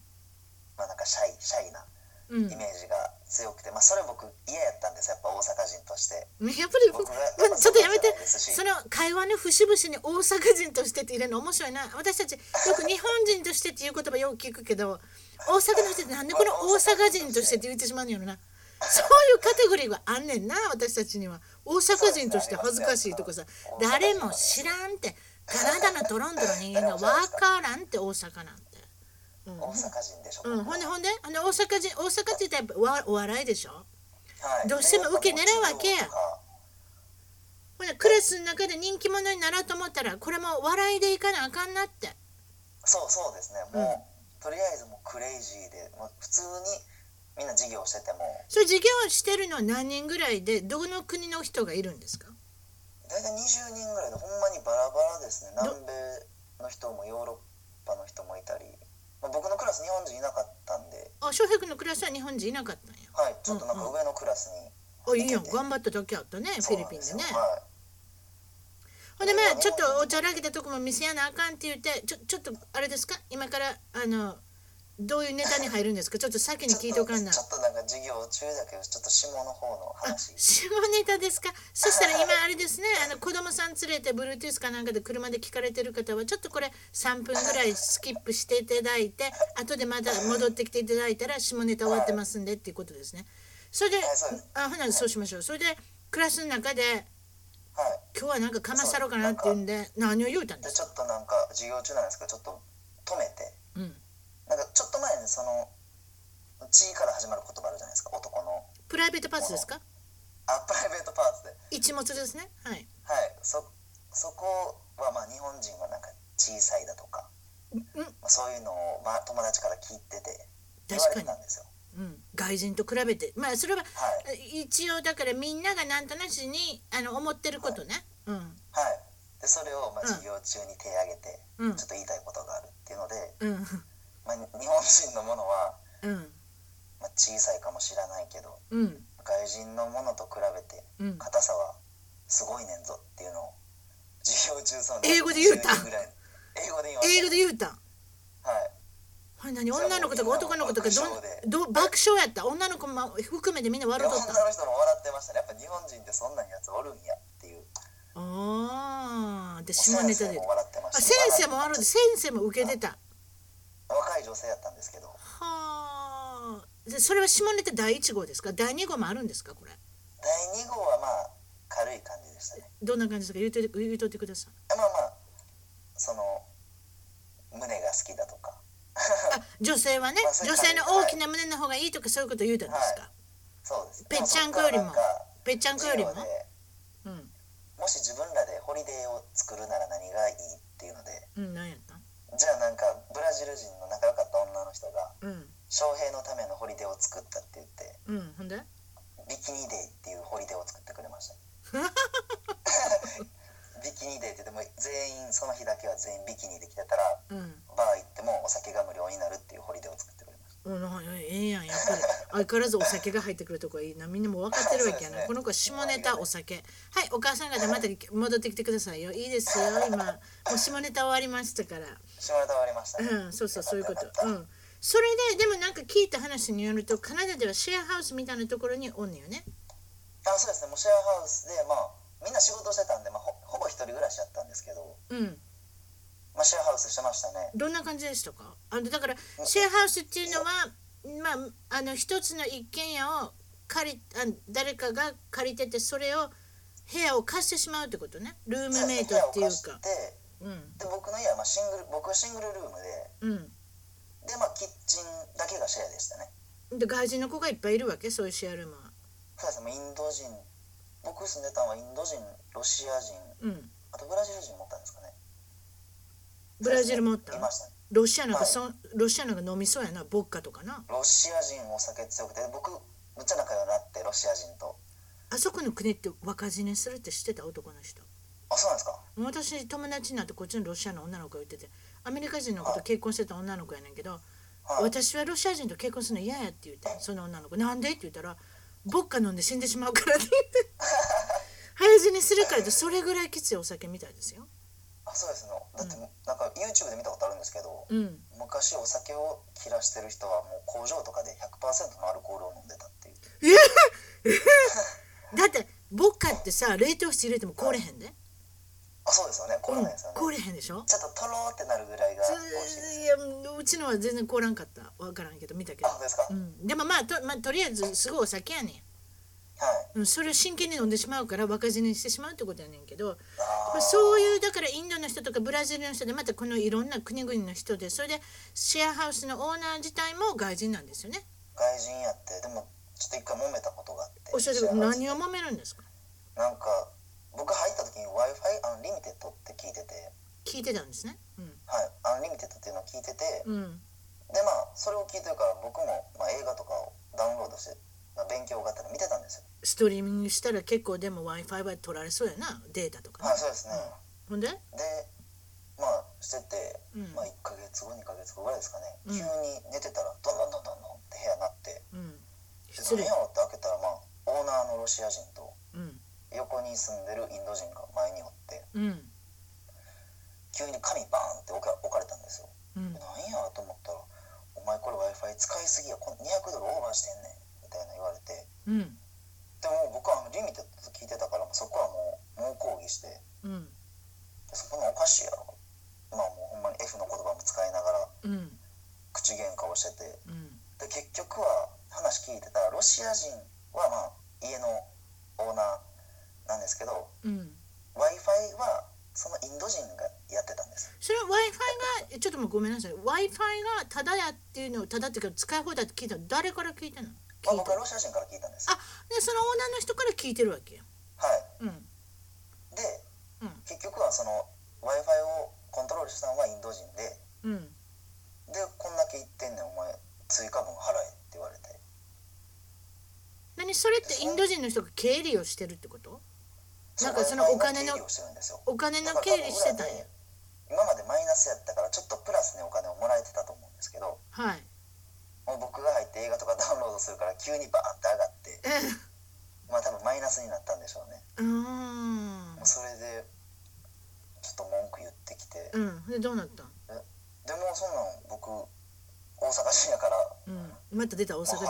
まあ、なんかシャイシャイな
うん、
イメージが強くて、まあ、それ僕嫌やったんですやっぱ大阪人として
ねやっぱり
僕が
まあちょっとやめて
やっぱそうじ
そ
ゃ
の会話の節々に大阪人としてって入れるの面白いな私たちよく日本人としてっていう言葉よく聞くけど大阪の人ってなんでこの大阪人としてって言ってしまうんやろなそういうカテゴリーがあんねんな私たちには大阪人として恥ずかしいとかさ誰も知らんってカナダのトロントの人間がわからんって大阪なんて、うん
大阪人でしょ、
うん、ほんでほんであの大阪人大阪人って言ったらわお笑いでしょ
はい、
どうしても受け狙うわけや
でっぱもう
ほらクラスの中で人気者になろうと思ったらこれも笑いでいかなあかんなって
授業とかそうそうですねもう、とりあえずもうクレイジーでもう普通にみんな授業してても
それ授業してるのは何人ぐらいでどの国の人がいるんですか
大体20人ぐらいでほんまにバラバラですね
ど
南米の人もヨーロッパの人もいたり、まあ、僕のクラス日本人いなかったんで
あ翔平君のクラスは日本人いなかったんや
はいちょっとなんか上のクラスに、
あいいやん頑張った時あったねフ
そう
ィリ
なん
ピン
です
で
よ
ね
はい
ほんでまあちょっとおちゃらけたとこも見せやなあかんって言ってちょちょっとあれですか今からあのどういうネタに入るんですかちょっと先に
ちょっと
聞いとかんな
ちょっとなんか授業中だけどちょっと下の方の
あ
話
下ネタですかそしたら今あれですねあの子供さん連れて Bluetooth かなんかで車で聞かれてる方はちょっとこれ3分ぐらいスキップしていただいて後でまた戻ってきていただいたら下ネタ終わってますんでっていうことですねそれで
はいそうです
あほなそうしましょうそれでクラスの中で
はい
今日はなんかかましたろうかなって言うんで何を言うたんで
ですち
か
ょっとなんか授業中なんですけどちょっと止めて
うん
なんかちょっと前にその「地」から始まる言葉あるじゃないですか男の
プライベートパーツですか
あプライベートパーツで
一物ですねはい
はいそそこはまあ日本人はなんか小さいだとか、
うん
まあそういうのをまあ友達から聞いてて言わ
確
れ
かに
てたんですよ
うん、外人と比べてまあそれは
はい
一応だからみんながなんとなしにあの思ってることね、うん
はいでそれをま
うん
あ授業中に手挙げてち
う
ょ
ん
っと言いたいことがあるっていうので、
うん
まあ、日本人のものは
うん
まあ小さいかもしれないけど
うん
外人のものと比べて
うん
硬さはすごいねんぞっていうのを授業中その
英語で言うた
10人ぐらい英語で言いま
英
し
語で言うたん
たはい
ほんなに女の子とか男の子とかどんど爆笑やった女の子も含めてみんな
い
笑
や
うと
女
った
の人も笑ってましたねやっぱ日本人ってそんなんやつおるんやっていうもう
ああで下ネ
先
タ
生
で
も笑ってま
あ
した
先生も笑うて先生も受けてたは
若い女性やったんですけど
あでそれは下ネタ第1号ですか第2号もあるんですかこれ
第2号はまあ軽い感じでしたね
どんな感じですか言うといて言うといてください
まあまあその胸が好きだとか
あ女性はね
まあそうい
女
う感
性
じ
の大きな胸の方がいいとかそういうこと言うたんですか、
そうです
ぺっちゃんこよりも
でそっから
ぺっちゃんこよりも
なんか授業で
うん
もし自分らでホリデーを作るなら何がいいっていうので
うん何やった
じゃあなんかブラジル人の仲良かった女の人が
うん
翔平のためのホリデーを作ったって言って
うんほんで
ビキニデーっていうホリデーを作ってくれました ビキニデーって言っても全員その日だけは全員ビキニで来てたら
うん
バー行ってもお酒が無料になるっていうホリデーを作ってくれました
うんなんええやんやっぱり相変わらずお酒が入ってくるとこはいいなみんなもう分かってるわけやな、
そうですね
この子は下ネタお酒はいお母さん方また戻ってきてくださいよいいですよ今もう下ネタ終わりましたから
下ネタ終わりましたね、
うん、そうそう、そういうこと
よかった。
う
よかっ
ん。それで、でもなんか聞いた話によると、カナダではシェアハウスみたいなところにおんのよね。
たあそうですねもうシェアハウスでまあみんな仕事してたんで、まあ、ほほぼ一人暮らしやったんですけど、
うん。
まあ、シェアハウスしてましたね
どんな感じでしたかあの、だから、シェアハウスっていうのは、まあ、あの、一つの一軒家を借り、あ誰かが借りてて、それを、部屋を貸してしまうってことね。ルームメイトっていう
そう
か。
ですね
うん。
部屋を貸してで僕の家はまあシングル僕はシングルルームで
うん。
でまあキッチンだけがシェアでしたね
で、外人の子がいっぱいいるわけそういうシェアルームは。
そうですねもうインド人僕住んでたのはインド人ロシア人
うん。
あとブラジル人もおったんですかね
ブラジルもおった
いましたね
ロシアなんかそん、ロシアなんか飲みそうやな、ボッカとかな。
ロシア人お酒強くて僕むっちゃ仲良くなってロシア人と
あそこの国って若死にするって知ってた男の人
あそうなんですか
私友達になってこっちのロシアの女の子が言っててアメリカ人の子と結婚してた女の子やねんけど
はい
私はロシア人と結婚するの嫌やって言ってその女の子なんでって言ったらボッカ飲んで死んでしまうからって言 って早死にするからってそれぐらいきついお酒みたいですよ
あそうですねだってなんか YouTube で見たことあるんですけど、
うん
昔お酒を切らしてる人はもう工場とかで100%のアルコールを飲んでたっていう
だってボッカってさ冷凍室入れても凍れへんで
あそうですよね凍らないですよね、
凍れへんでしょ
ちょっととろーってなるぐらいが美味しいです
いやうちのは全然凍らんかったわからんけど見たけど
あ、そうですか、
う
はい
ん、でもまあと,、まあ、とりあえずすごいお酒やねんうん、それを真剣に飲んでしまうから若死にしてしまうってことやねんけど
あ
まあ
ー
そういうだからインドの人とかブラジルの人でまたこのいろんな国々の人でそれでシェアハウスのオーナー自体も外人なんですよね。
外人やってでもちょっと一回揉めたことがあって
おっしゃる
知らなかった
何を揉めるんですか
なんか僕入った時に w i f i アンリミテッドって聞いてて
聞いてたんですね。うん
はいアンリミテッドっていうのを聞いてて、
うん
でまあそれを聞いてるから僕も、まあ、映画とかをダウンロードして、まあ、勉強があったら見てたんですよ
ストリーミングしたら結構でも w i f i は取られそうやなデータとかね、
はいそうですね、
ほんで
でまあしてて、
うん
まあ、1ヶ月後2ヶ月後ぐらいですかね、
うん
急に寝てたらどんどんどんどんどんって部屋になって
うん
で
失
何
礼
やろって開けたらまあオーナーのロシア人と
うん
横に住んでるインド人が前におって
うん
急に紙バーンって置か置かれたんですよ
うん
なんやと思ったら「お前これ w i f i 使いすぎやこん200ドルオーバーしてんねん」みたいな言われて
うん
でも僕はあのリミテッドと聞いてたからそこはもう猛抗議して
うん
「そんなんおかしいやろ」まあもうほんまに F の言葉も使いながら
うん
口喧嘩をしてて
うん
で結局は話聞いてたらロシア人はまあ家のオーナーなんですけど
うん。
w i f i はそのインド人がやってたんです
それは Wi-Fi がえちょっともうごめんなさい Wi-Fi がただやっていうのをただっていうか使い放題って聞いたの誰から聞いたの
まあ
聞い
僕
た
は
の
ロシア人から聞いたんです
あでそのオーナーの人から聞いてるわけよ
はい
うん
で、
うん
結局はその w i f i をコントロールしたのはインド人で
うん
でこんだけ言ってんねんお前追加分払えって言われて
何それってインド人の人が経理をしてるってことなんかそのお
Wi-Fi
金の
経理をしてるんですよ
お金の経理してたんや
だから多分裏で今までマイナスやったからちょっとプラスにお金をもらえてたと思うんですけど
はい
もう僕が入って映画とかダウンロードするから急にバーンって上がって
え
まあ多分マイナスになったんでしょうね
うーん
もうそれでちょっと文句言ってきて
うんでどうなったん
でもそんなん僕大阪人やから
うんまた出た大
まあ
阪
払う
で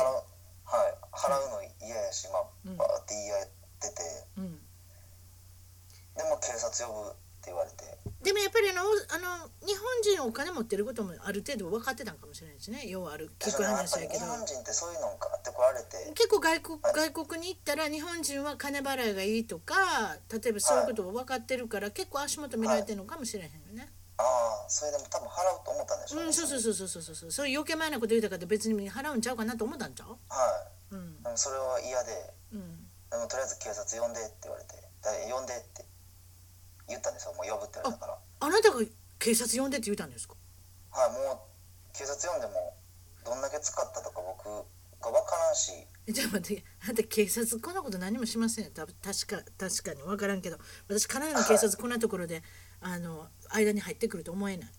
はい払うの嫌やしまあ
うん
バーって言い合ってて
うん
でも警察呼ぶって言われて
でもやっぱりあのあの日本人お金持ってることもある程度分かってたんかもしれないですねようある聞く
やっ
話
ぱ
や
り
け
日
ど
本人ってそういうのかって来られて
結構外国
はい
外国に行ったら日本人は金払いがいいとか例えばそういうことを分かってるから結構足元見られてるのかもしれへんよね。
ああそれでも多分払うと思ったんでしょうね、
うんそうそうそうそうそうそうそうそういう余計前なこと言うたから別に払うんちゃうかなと思ったんちゃう
は
うん
いでもそれは嫌で
うん
でもとりあえず警察呼んでって言われてだ呼んでって言ったんですよもう呼ぶって言われたから
あなたが警察呼んでって言ったんですか
はいもう警察呼んでもどどんだけ使ったとか僕が分から んし
えじゃあ待ってあんた警察こんなこと何もしませんよた確か確かに分からんけど私カナダの警察こんなところであの間に入ってくると思えない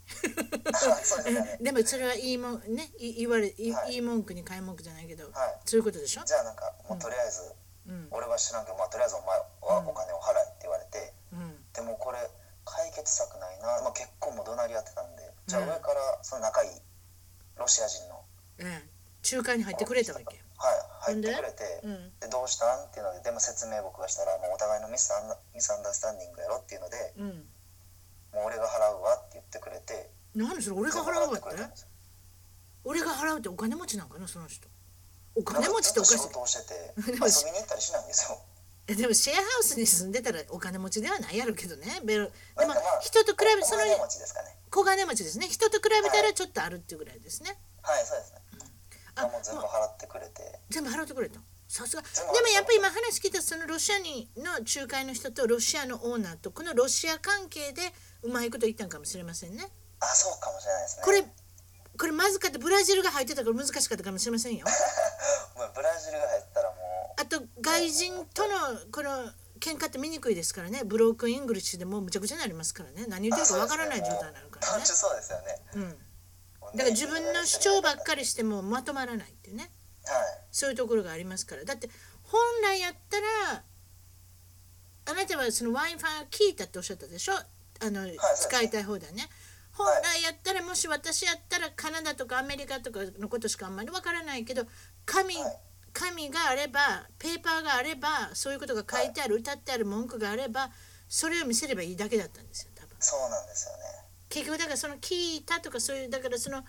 そうですよね
でもそれはいいもんねい言われい,、
はい
い、い文句に買い文句じゃないけど、
はい
そういうことでしょ
じゃあなんかもうとりあえず、
うん
俺は知らんけど、まあ、とりあえずお前はお金を払えって言われて、
うん
でもこれ解決策ないな、まあ、結構もう怒鳴り合ってたんでじゃあ
うん
上からその仲いいロシア人の
ええ仲介に入ってくれたわけ
はい
ほん
入っ
で
てくれて、
うん
でどうしたんっていうのででも説明僕がしたらもうお互いのミスアンダミスアンダースタンディングやろっていうので
うん
もう俺が払うわって言ってくれて
何それ俺が払うわ
全部
って
すよ
俺が払うってお金持ちなんかなその人お金持ちっておかしい
ずっと仕事をしてて
でも
遊びに行ったりしないんですよ
えでもシェアハウスに住んでたらお金持ちではないやろうけどねベロで
なん
も
かまあ
人と比べその
お金持ちですかね
小金持ちですね人と比べたらちょっとあるっていうぐらいですね
はいそうですね
あ
もう全部払ってくれて
全部払ってくれたさすがで
全部
もやっぱり今話聞いたそのロシア人の仲介の人とロシアのオーナーとこのロシア関係でうまいこと言ったんかもしれませんね
あそうかもしれないですね
これこれまずかったブラジルが入ってたから難しかったかもしれませんよ
もうブラジルが入ったらもう
あと外人とのこの喧嘩って見にくいですからねブロークンイングリッシュでもうむちゃくちゃになりますからね何言ってるかわからない状態になるから
単
ね
純そうですよね
うん
もう
だから自分の主張ばっか
り
りしてもまとまらないっていうね
はい
そういうところがありますからだって本来やったらあなたはそのワインファン聞いたっておっしゃったでしょあの、使いたい方だね本来やったらもし私やったらカナダとかアメリカとかのことしかあんまりわからないけど神、
はい
紙があればペーパーがあればそういうことが書いてある、歌ってある文句があればそれを見せればいいだけだったんですよ多分
そうなんですよね
結局だからその聞いたとかそういうだからその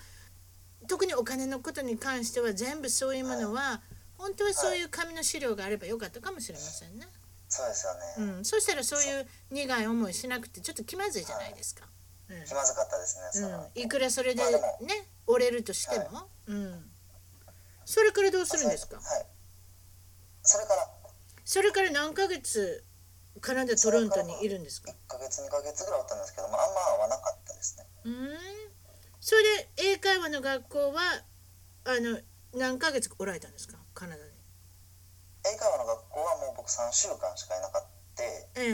特にお金のことに関しては全部そういうものは、本当はそういう紙の資料があればよかったかもしれませんね、
そうです
う
よね、
ん、そうしたらそういう苦い思いしなくてちょっと気まずいじゃないですか、
気まずかったですねそ
うん
の、
いくらそれで
ま
ね
あでも
折れるとしても、うん、それからどうするんですか
はいそれから
それから何ヶ月カナダトロントにいるんですか
1ヶ月2ヶ月ぐらいおったんですけど、まあ、あんま合わなかったですね
うーんそれで英会話の学校はあの何ヶ月おられたんですかカナダに
英会話の学校はもう僕3週間しかいなかったで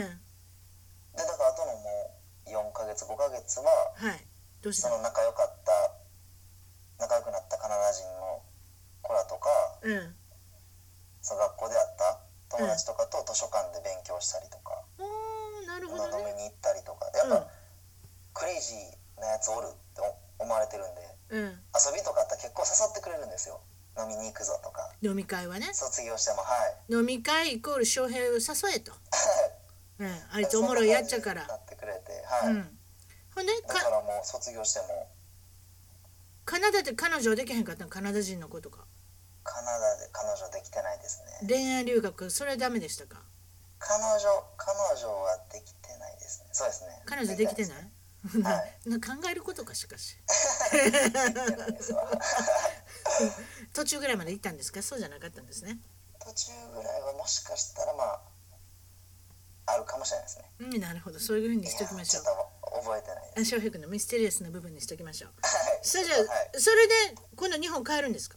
ええ
だからあとのもう4ヶ月5ヶ月は
はいどうし
そ
た
の仲良かった仲良くなったカナダ人の子らとか
うん
その学校で会った友達とかと図書館で勉強したりとか、
おーなるほ
飲
どね
みに行ったりとかやっぱ、クレイジーなやつおるって思われてるんで
うんうん
遊びとかあったら結構誘ってくれるんですよ飲みに行くぞとか
飲み会はね
卒業してもはい
飲み会イコール翔平を誘えと、うん、 あいつおもろいやっちゃから
なってくれては
う
い、
んほんで
だか
から
もう卒業しても
カナダで彼女できへんかったのカナダ人の子とか
カナダで彼女できてないですね
恋愛留学それはダメでしたか
彼女彼女はできてないですねそうですね
彼女できてないい
は
な考えることかしか し
できてないですわ
途中ぐらいまで行ったんですかそうじゃなかったんですね
途中ぐらいはもしかしたらまああるかもしれないですね
うんなるほどそういうふうにしときましょう
いやちょっと覚えてないです
あ翔平君のミステリアスな部分にしときましょう
はい
それじゃ
はい、
あそれで今度日本帰るんですか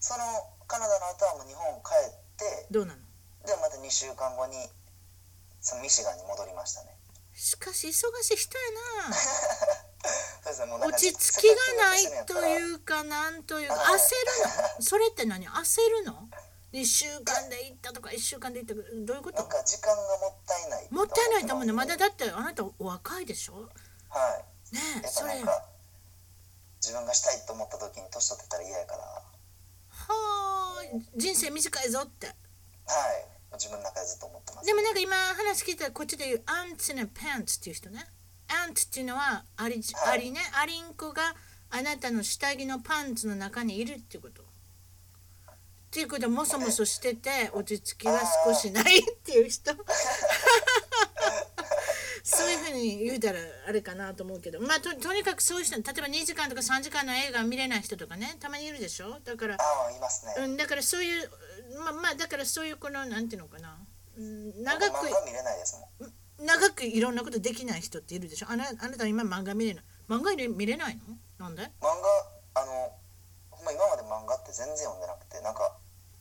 そのカナダの後はもう日本帰って
どうなの
でまた2週間後にそのミシガンに戻りましたね
しかし忙しい人やな
そうですねもうなん
落
か
ち着きがないと
う
いうかなんというか焦
はい
るのそれって何焦るの2週間で行ったとか1週間で行ったとかどういうこ
な
と
んか時間がもったいない
もったいないと思うねまだ
だ
だってあなたお若いでしょ
はい
ねえ
やっ
そ
ぱ
れ
なん
は
か自分がしたいと思った時に年取ってたら嫌やからは
あ人生短いぞって
い自分の中でずっと思ってます
でもなんか今話聞いたらこっちで言うアンツのパンツっていう人ねアンツっていうのはアリ
はい
アリねアリンコがあなたの下着のパンツの中にいるっていうことっていうことはもそもそしてて落ち着きは少しないっていう 人そういうふうに言うたらあれかなと思うけどまあととにかくそういう人例えば2時間とか3時間の映画見れない人とかねたまにいるでしょだから
ああいます
う
ね、
ん、だからそういうまあまあだからそういうこのなんていうのかな、うん、長
僕
く
漫画見れないですもん
長くいろんなことできない人っているでしょあなあなた今漫画見れない漫画見れ見れないのなんで
漫画あのまあ、今まで漫画って全然読んでなくてなんか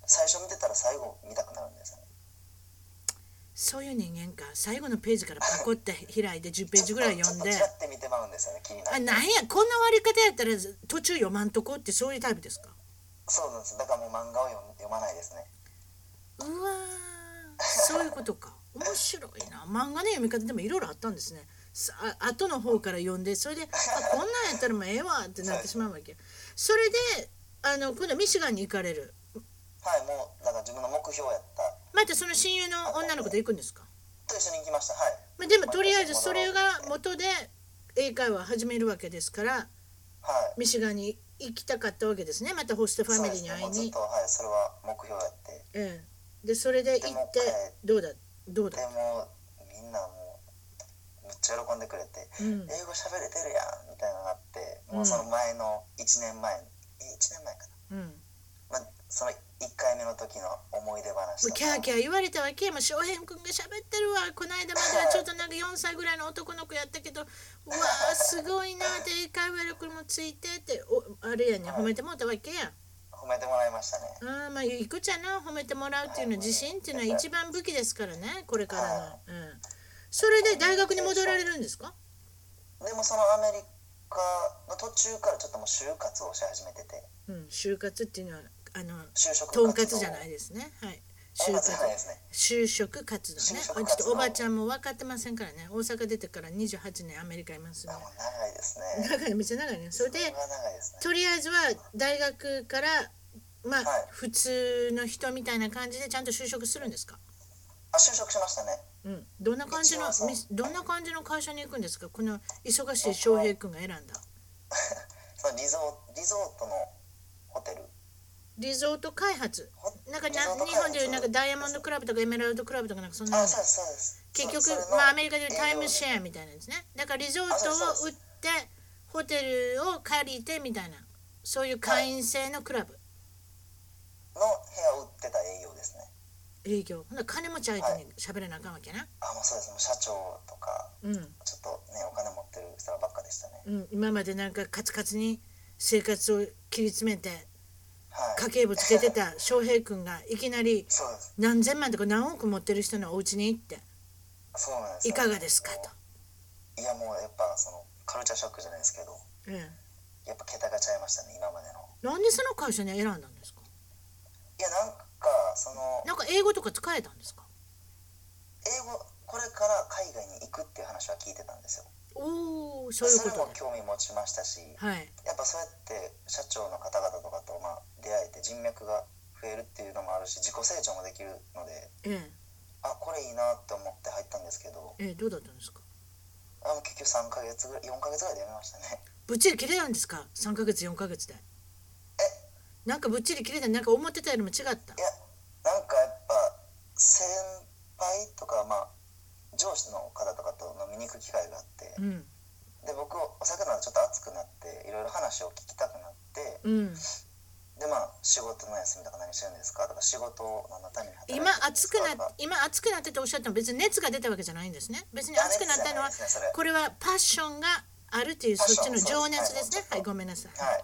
最初見てたら最後見たくなるんですよね
そういう人間か最後のページからパコって開いて10ページぐらい読んで
ちょっとちらって見てまうんですよね気にな
あ
って
なんやこんな終わり方やったら途中読まんとこってそういうタイプですか
そうなんですだからもう漫画を読む読まないですね
うわーそういうことか面白いな漫画の読み方でもいろいろあったんですねさあ後の方から読んでそれであこんなんやったらもうええわってなってしまうわけそれであの今度ミシガンに行かれる
はいもうだから自分の目標やった
またその親友の女の子と行くんですか、
と一緒に行きましたはい
まあ、でもとりあえずそれが元で英会話を始めるわけですから
はい
ミシガンに行きたかったわけですねまたホストファミリーに会い
そうですねもうずっ
に
とはいそれは目標やって
ええ、でそれで行ってどうだどう
で
だ、
もみんなもうめっちゃ喜んでくれて
うん、
英語喋れてるやんみたいなのがあって、も
ん
うその前の1年前え1年前か
うん
な、まあ、その1回目の時の思い出話とか
キャーキャー言われたわけもう翔平君が喋ってるわこの間まではちょっとなんか4歳ぐらいの男の子やったけどうわーすごいなって英会話力もついてっておあれやね褒めてもらったわけや
褒めてもらいましたね
あーまあいくちゃな褒めてもらうっていうのは自信っていうのは一番武器ですからねこれからの、うん、それで大学に戻られるんですか
でもそのアメリカの途中からちょっともう就活をし始めてて
うん就活っていうのはあの
就職
とんかつじゃないいですねはい
就
就
活
活
じゃないですね
就職活動ね
就
ち
職
ょ
活動
っとおばちゃんも分かってませんからね大阪出てから28年アメリカいますね
あもう長いですね
長いめっちゃ長いねそれで
は長いですね
とりあえずは大学からまあ、
はい
普通の人みたいな感じでちゃんと就職するんですか、
あ就職しましたね
うん、どんな感じの
一応そう
みどんな感じの会社に行くんですかこの忙しい翔平君が選んだ
そのリゾーリゾートのホテル
リゾート開発
ほ
なんか
リゾート
な
開
日
発
本でいうなんかダイヤモンドクラブとかエメラルドクラブとかなんかそんなの
あそうですそうです
結局
そそれの
まあアメリカでいうタイムシ
営
ェアみたいなんですねだからリゾー
あ
ト
そうです
を
そ
売
う
っ
で
てホテルを借りてみたいなそういう会員制のクラブ
業の部屋を売ってた営業ですね
営業ほんなら金持ち相手に喋らなあかんわけな、
あもうそうですもう社長とか
うん
ちょっとねお金持ってる人らばっかでしたね
うん、今までなんかカツカツに生活を切り詰めて
はい
家計簿つけてた翔平君がいきなり
そうです
何千万とか何億持ってる人のお家に行って
そうなんです
い
よ
かがですか
いやもうやっぱそのカルチャーショックじゃないですけど
と、うん、
やっぱ桁がちゃいましたね今までの
なんでその会社に選んだんですか
いやなんかその
なんか英語とか使えたんですか
英語これから海外に行くっていう話は聞いてたんですよ
おおそういう
そ
こ
れ
と
も
で
興味持ちましたし
はい
やっぱそうやって社長の方々とかとまあ出会えて人脈が増えるっていうのもあるし自己成長もできるので
え
あこれいいなって思って入ったんですけど
えええどうだったんですか
あもう結局3ヶ月ぐらい4ヶ月ぐらいでやめましたね
ぶっちり切れたんですか3ヶ月4ヶ月でなんかぶっちり切れたなんか思ってたよりも違った
いやなんかやっぱ先輩とかまあ上司の方とかと飲みに行く機会があって
うん
で僕お魚ちょっと熱くなっていろいろ話を聞きたくなって
うん
でまあ仕事の休みとか何してるんですかとか仕事を何のために働いてるん
今
で
熱
すか
くな
とか
今熱くなってておっしゃっても別に熱が出たわけじゃないんですね別に熱くなったのは
熱じゃないですねそれ
これはパッションがあるっていうそっちの情熱ですねはい
パッションそうですはい
ごめんなさい、
はい
はい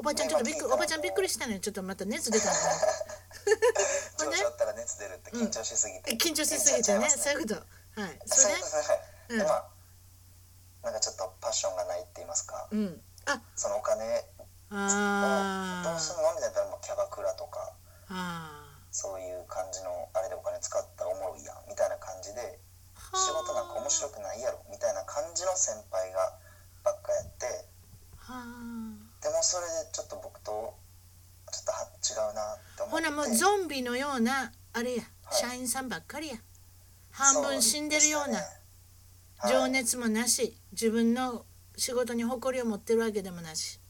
おばちゃんちょっとびっくりおばちゃんびっくりしたのにちょっとまた熱出たのねほん
上
で
司だったら熱出るって緊張しすぎて、
緊張しすぎて
緊張しちゃいま
ね
す
そういうことはいそ
そう
れで
いうことは
うん
い、でまあなんかちょっとパッションがないって言いますか、
うんあ
そのお金を
あ
どう
ー
するのみたいなもうキャバクラとか
あー
そういう感じのあれでお金使ったらおもろいやんみたいな感じで
はー
仕事なんか面白くないやろみたいな感じの先輩がばっかやって
はー
でもそれでちょっと僕とちょっとは違うなって思
ほ
って
なもうゾンビのようなあれや社員さんばっかりや半分死んでるような
そうでしたね
情熱もなし自分の仕事に誇りを持ってるわけでもなし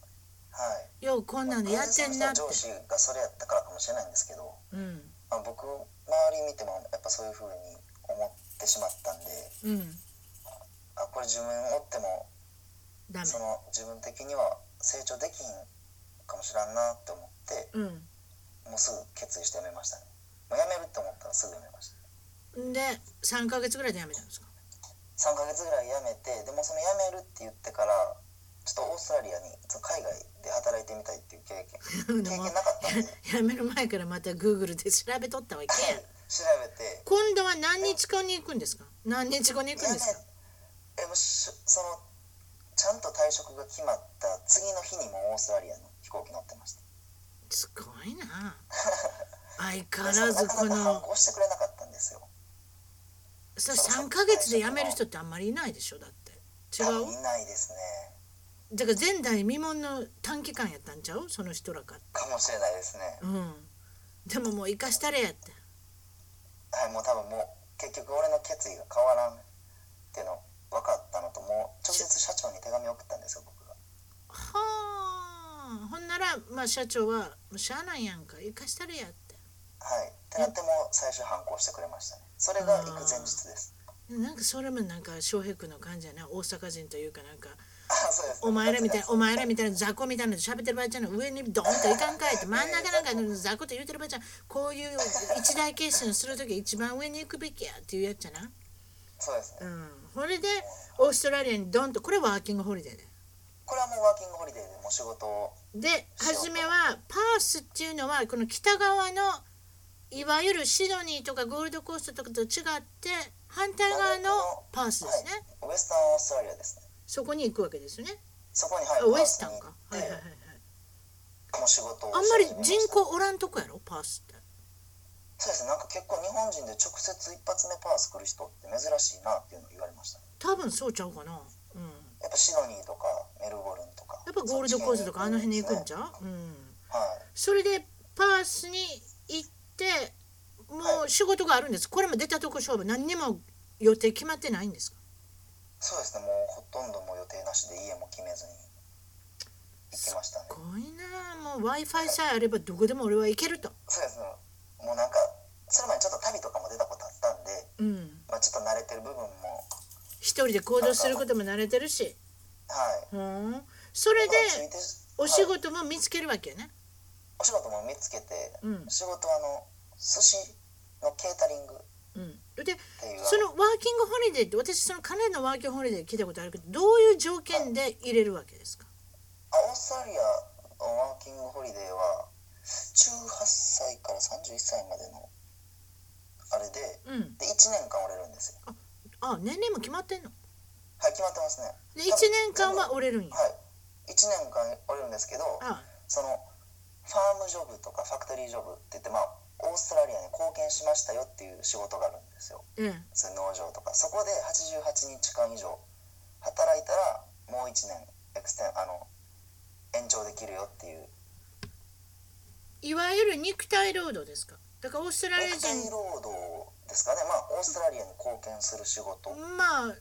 はい、はい
ようこんなんでやってんなって
上司がそれやったからかもしれないんですけど、
うん
まあ、僕周り見てもやっぱそういうふうに思ってしまったんで
うん
あこれ自分おっても
ダメ
その自分的には成長できんかもしらんなって思って
う
もうすぐ決意して辞めましたねもう辞めるって思ったらすぐ辞めました
んで3ヶ月ぐらいでやめたんですか
3ヶ月ぐらい辞めてでもその辞めるって言ってからちょっとオーストラリアにその海外で働いてみたいっていう 経験
う
経
ん
験な かったんで
やめる前からまた Google で調べとったわけや
調べて
今度は何日後に行くんですか何日後に行く
い
ん
や
で
ね
すか
えもうしそのちゃんと退職が決まった次の日にもうオーストラリアの飛行機乗ってました
すごいな相変わ
でそ
ら
の
ず
なか
こ
なか反
の
抗してくれなかったんですよ
そ3ヶ月で辞める人ってあんまりいないでしょだって違
多分
う
いないですね
だから前代未聞の短期間やったんちゃうその人らか
かもしれないですね
うんでももう生かしたれやって
はいもう多分もう結局俺の決意が変わらんっていうの分かったのともう直接社長に手紙送ったんですよ僕が
はあほんならまあ社長は「もうしゃあないやんか生かしたれや」って
はいってなってもう最終反抗してくれましたねそれが行く前日です
なんかそれもなんか翔平君の感じやな大阪人というかなんか
あ そうです
お前らみたいな、お前らみ
たい
たいな雑魚みたいなの喋ってる場合じゃない、上にドンといかんかいって、真ん中なんかの雑魚と言ってる場合じゃない、こういう一大決心するとき一番上に行くべきやっていうやつやな。
そうですね
うん。それで、オーストラリアにドンと、これワーキングホリデーで。
これはもうワーキングホリデーでもう仕事を
で、初めは、パースっていうのは、この北側の、いわゆるシドニーとかゴールドコーストとかと違って、反対側のパースですね。
はい、ウエスタンオーストラリアですね
そこに行くわけですよね。
そこに
あ
入
ウエスタンか。はいはいはい
で
はい。
もう仕事を
あんまり
し始め
人
した
口おらんとこやろ、パースって。
そうですねなんか結構日本人で直接一発目パース来る人って珍しいなっていうのを言われました
多分そうちゃうかな、うん、
やっぱシドニーとかメルボルンとか
やっぱゴールドコーストとかあの辺に行くんちゃう、うん、
はい
それでパースに行ってもう仕事があるんですこれも出たとこ勝負何にも予定決まってないんですか
そうですねもうほとんどもう予定なしで家も決めずに行きましたね
こいなもう w i f i さえあればどこでも俺は行けると、
そうですねもうなんかそれまでちょっと旅とかも出たことあったんで、
うん、
まあ、ちょっと慣れてる部分も
一人で行動することも慣れてるし、
はい
ふーん、それで
まあついて
お仕
はい
事も見つけるわけよね、
お仕事も見つけて、
うん
仕事はあの寿司のケータリングっ
うん、で
ていう
そのワーキングホリデーって私そのカナダのワーキングホリデー聞いたことあるけどどういう条件で入れるわけですか
あオーストラリアのワーキングホリデーは18歳から31歳までのあれで
うん
で1年間折れるんですよ
あ年齢も決まってんの
はい決まってますね
で1
多分
年間は折れるんや
はい1年間折れるんですけど
あ
そのファームジョブとかファクトリージョブって言ってまあオーストラリアに貢献しましたよっていう仕事があるんですよ
うん
そういう農場とかそこで88日間以上働いたらもう1年エクステンあの延長できるよっていう
いわゆる肉体労働ですかだからオーストラリア
肉体
人
労働ですかねまあオーストラリアに貢献する仕事
まあ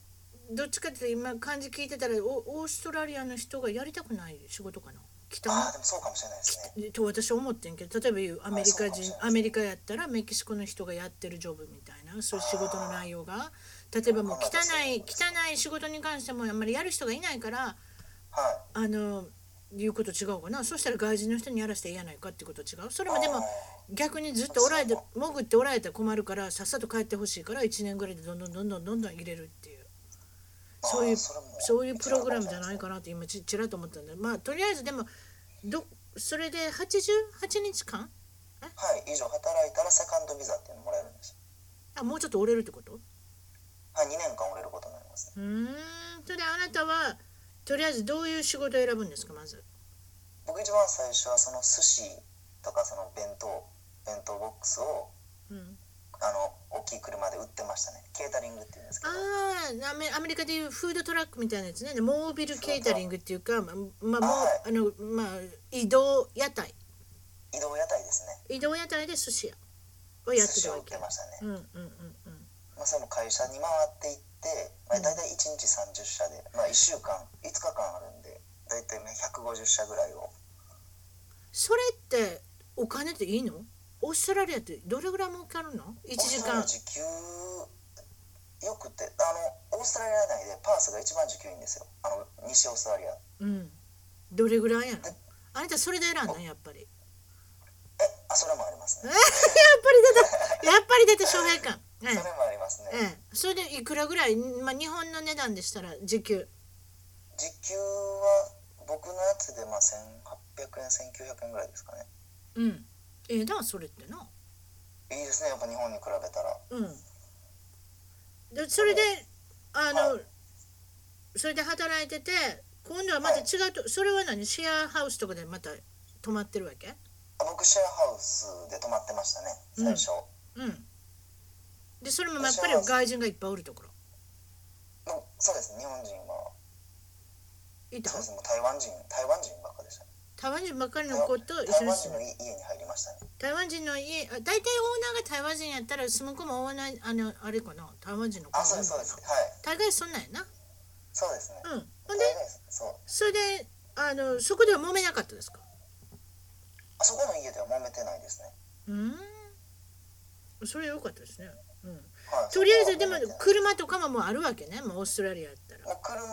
どっちかっていうと今感じ聞いてたらおオーストラリアの人がやりたくない仕事かな北
ああ
の
でもそうかもしれないですね
と私は思ってんけど例えば言うアメリカ
あそうかもしれ
人
ない
アメリカやったらメキシコの人がやってるジョブみたいなそういう仕事の内容が例えばもう汚い汚い仕事に関してもあんまりやる人がいないから
はい
あの言うこと違うかなそしたら外人の人にやらせて嫌ないかってこと違うそれもでも逆にずっとおられて潜っておられたら困るからさっさと帰ってほしいから1年ぐらいでどんどんどんどんどんどん入れるっていうそういう
あーそれも
そういうプログラムじゃないかなって今ちちらっと思ったんでまあとりあえずでもどそれで88日間
はい以上働いたらセカンドビザっていうのもらえるんです
あもうちょっと折れるってこと
はい2年間折れることになりますね
うーんそれであなたはとりあえずどういう仕事を選ぶんですかまず
僕一番最初はその寿司とかその弁当弁当ボックスを
うん、
あの大きい車で売ってましたねケータリングっていうんですけ
あ
ど
ーアメアメリカでいうフードトラックみたいなやつねでモービルケータリングっていうかままもう
は
あの、まあ、移動屋台
移動屋台ですね
移動屋台で寿司屋をやっ
寿
て
司
る
を売
わ
っ
け
てましたね、
うんうんうんうん
まあ、それも会社に回っていって、まあ、大体1日30社で、まあ、1週間5日間あるんで大体ね150社ぐらいを
それってお金っていいのオーストラリアってどれぐらい儲かるの ?1 時間
オーストラリア時給よくてあのオーストラリア内でパースが一番時給いいんですよあの西オーストラリア
うんどれぐらいやのあなたそれで選んだんやっぱり
えあそれもあります
え
ね
やっぱり出たやっぱり出た翔平君
それもあります
ええ
ね
ええそれでいくらぐらい、まあ、日本の値段でしたら時給
時給は僕のやつでまあ1800 1800円1900円ぐらいですかね
うんええだそれってない
いですねやっぱ日本に比べたら
うんでそれであの、
は
それで働いてて今度はまた違うとそれは何シェアハウスとかでまた泊まってるわけ
あ僕シェアハウスで泊まってましたね最初、
うんでそれもやっぱり外人がいっぱいおるところ
のそうですね日本人はい
た
そうですねもう台湾人台湾人ばっかでしたね
台湾人ばっかりの
台
子
湾
と一緒
台
に
湾
住
人
む
の家に入りましたね
台湾人の家あ大体オーナーが台湾人やったら住む子もオーナーあのあれかな台湾人の子
あ
も
そうです
多
そう
いのか
です
な
は
大
い
概そんなんやな
そうですね
うんほん
大
で
概ですそう
それであのそこでは揉めなかったですか
あそこの家では揉めてないですね
うーんそれ良かったですね、うん、
はい
とりあえずでも
そこは揉めてない
車とかももうあるわけねもうオーストラリアやったら
もう車は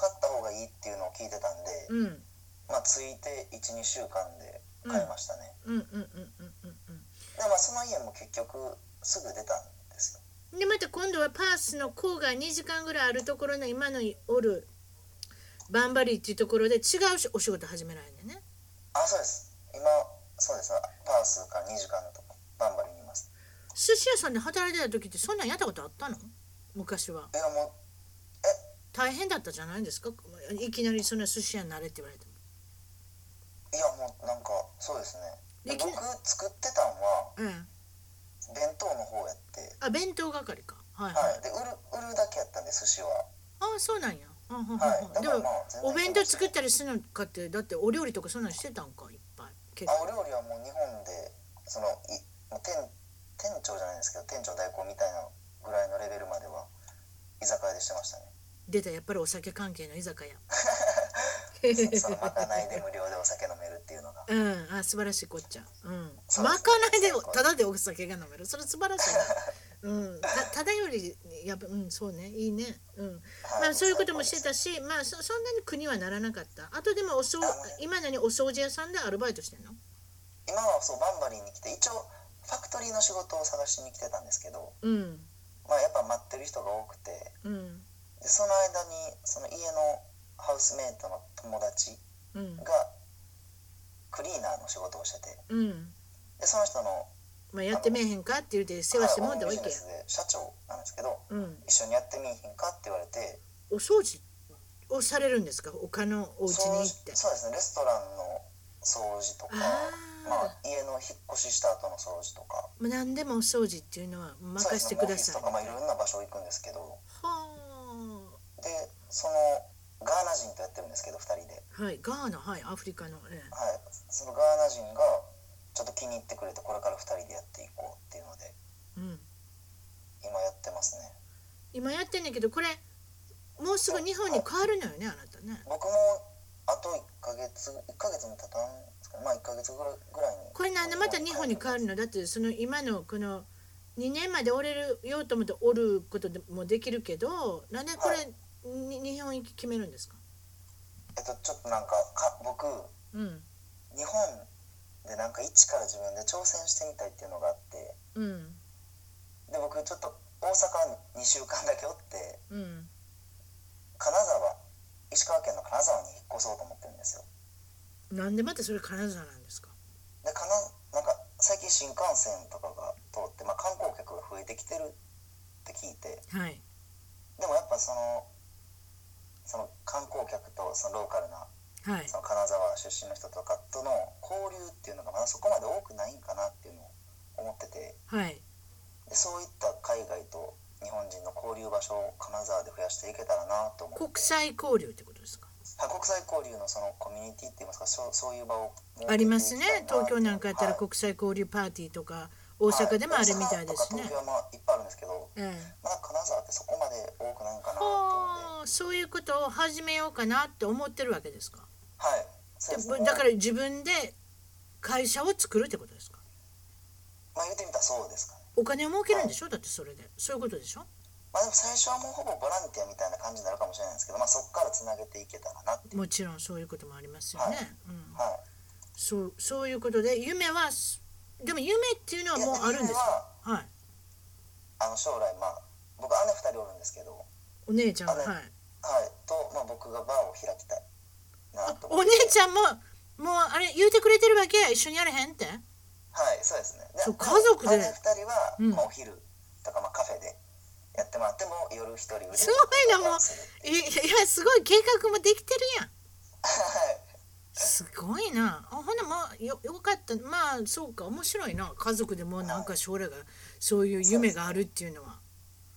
買った方がいいっていうのを聞いてたんで、
うんうん
まあついて12週間で買いましたね、
うんうんうんうん
でまあその家も結局すぐ出たんですよ
うんでまた今度はパースの郊外2時間ぐらいあるところの今のおるバンバリーっていうところで違うしお仕事始められんねんね
あそうです今そうですパースから2時間のとこバンバリーにいます
寿司屋さんで働いてた時ってそんなんやったことあったの昔はい
やもう
大変だったじゃないですかいきなりそんな寿司屋になれって言われても
いやもうなんかそうですね
で
で
き
僕作ってたんは
うん
弁当の方やって
あ弁当係かはいはい、
はいで売る売るだけやったんで寿司は
あそうなんやうんうんうんうん
はいだ
で
から
も
まあ全然
お弁当作っ
あ
たりするのかってだってお料理とかそんなのしてたんかいっぱい結
お料理はもう日本でそのいもう店店長じゃないんですけど店長代行みたいなぐらいのレベルまでは居酒屋でしてま したね
出たやっぱりお酒関係の居酒屋
そのまかないで無料でお酒飲めるっていうのが
うんあ素晴らしいこっちゃうん
そう
まかないでただでお酒が飲めるそれ素晴らしい なうんたただよりやっぱうんそうねいいねうんまあ、そういうこともしてたし、まあ、そそんなに苦にはならなかった。あとでもおそう
あ
今何お掃除屋さんでアルバイトしてんの
今はそうバンバリーに来て一応ファクトリーの仕事を探しに来てたんですけど、
うん
まあ、やっぱ待ってる人が多くて
うん
でその間にその家のハウスメイトの友達
うん
がクリーナーの仕事をしてて
うん。
でその人の
まあ、やってみえへんかって言うて世話してもらったわ
はい
け
ビ
や
ジネ。スで社長なんですけど
うん。
一緒にやってみいひんかって言われて
お掃除をされるんですか他のお家に行って。
そうそうですねレストランの掃除とか
あー
まあ、家の引っ越しした後の掃除とか
まあ、何でもお掃除っていうのは
そう
任
で
せ
す
て
ね
く
オフ
だ
ィ
さ
スと
い。
か、まあ、い
は
ろんな場所行くんですけど
あ。
でそのガーナ人とやってるんですけど2人で、
はい、ガーナ、はい、アフリカの、ええ
はい、そのガーナ人がちょっと気に入ってくれてこれから2人でやっていこうっていうので
うん。
今やってますね
今やってんねんけど、これ、もうすぐ日本に変わるのよね、あなたね。
僕もあと1ヶ月1ヶ月も経たんですかねまあ1ヶ月ぐらいぐらいに
これなんでまた日本に帰るのだってその今のこの2年まで折れるようと思っておることでもできるけどなんでこ
は
れに日本行き決めるんですか
えっとちょっとなんかか僕
うん
日本でなんか一から自分で挑戦してみたいっていうのがあって
うん
で僕ちょっと大阪2週間だけおって
うん
金沢石川県の金沢に引っ越そうと思ってるんですよ
なんでまたそれ金沢なんですか
でかななんか最近新幹線とかが通って、まあ、観光客が増えてきてるって聞いて
はい
でもやっぱそのその観光客とそのローカルな
はい
その金沢出身の人とかとの交流っていうのがまだそこまで多くないんかなっていうのを思ってて
はい
でそういった海外と日本人の交流場所を金沢で増やしていけたらなと思って
国際交流ってことですか
あ国際交流のそのコミュニティって言いますかそうそういう場を設けていきたいな
ありますね東京なんかやったら
はい
国際交流パーティーとか大阪でもあるみたいですね
は。大阪とか東京はまあいっぱいあるんですけど
ええ
まだ金沢ってそこまで多くないんかなってい
はあ
うので
そういうことを始めようかなって思ってるわけですか
はいそうですね
でだから自分で会社を作るってことですか
まあ言ってみたらそうですかね
お金を儲けるんでしょだってそれでそういうことでしょ
まあでも最初はもうほぼボランティアみたいな感じになるかもしれないんですけどまあそこからつなげていけたらなっていう
もちろんそういうこともありますよね、うん、
はい
そうそういうことで夢はすでも夢っていうのはもうあるんです
いや
か
は
はい
あの将来まあ僕姉2人おるんですけど
お姉ちゃんは
あ
は
れ
い
はいと、まあ、僕がバーを開きたいな
あ
と
お
思っ
姉
て
ちゃんももうあれ言うてくれてるわけや一緒にやれへんって
はいそうですねで
そう家族で
姉2人は、
うん
まあ、お昼とか、まあ、カフェでやってもらっても夜一人
すごいなもう
うする
いいやすごい計画もできてるやん
はい
すごいなあほなまあよよかったまあそうか面白いな家族でもなんか将来がそういう夢があるっていうのは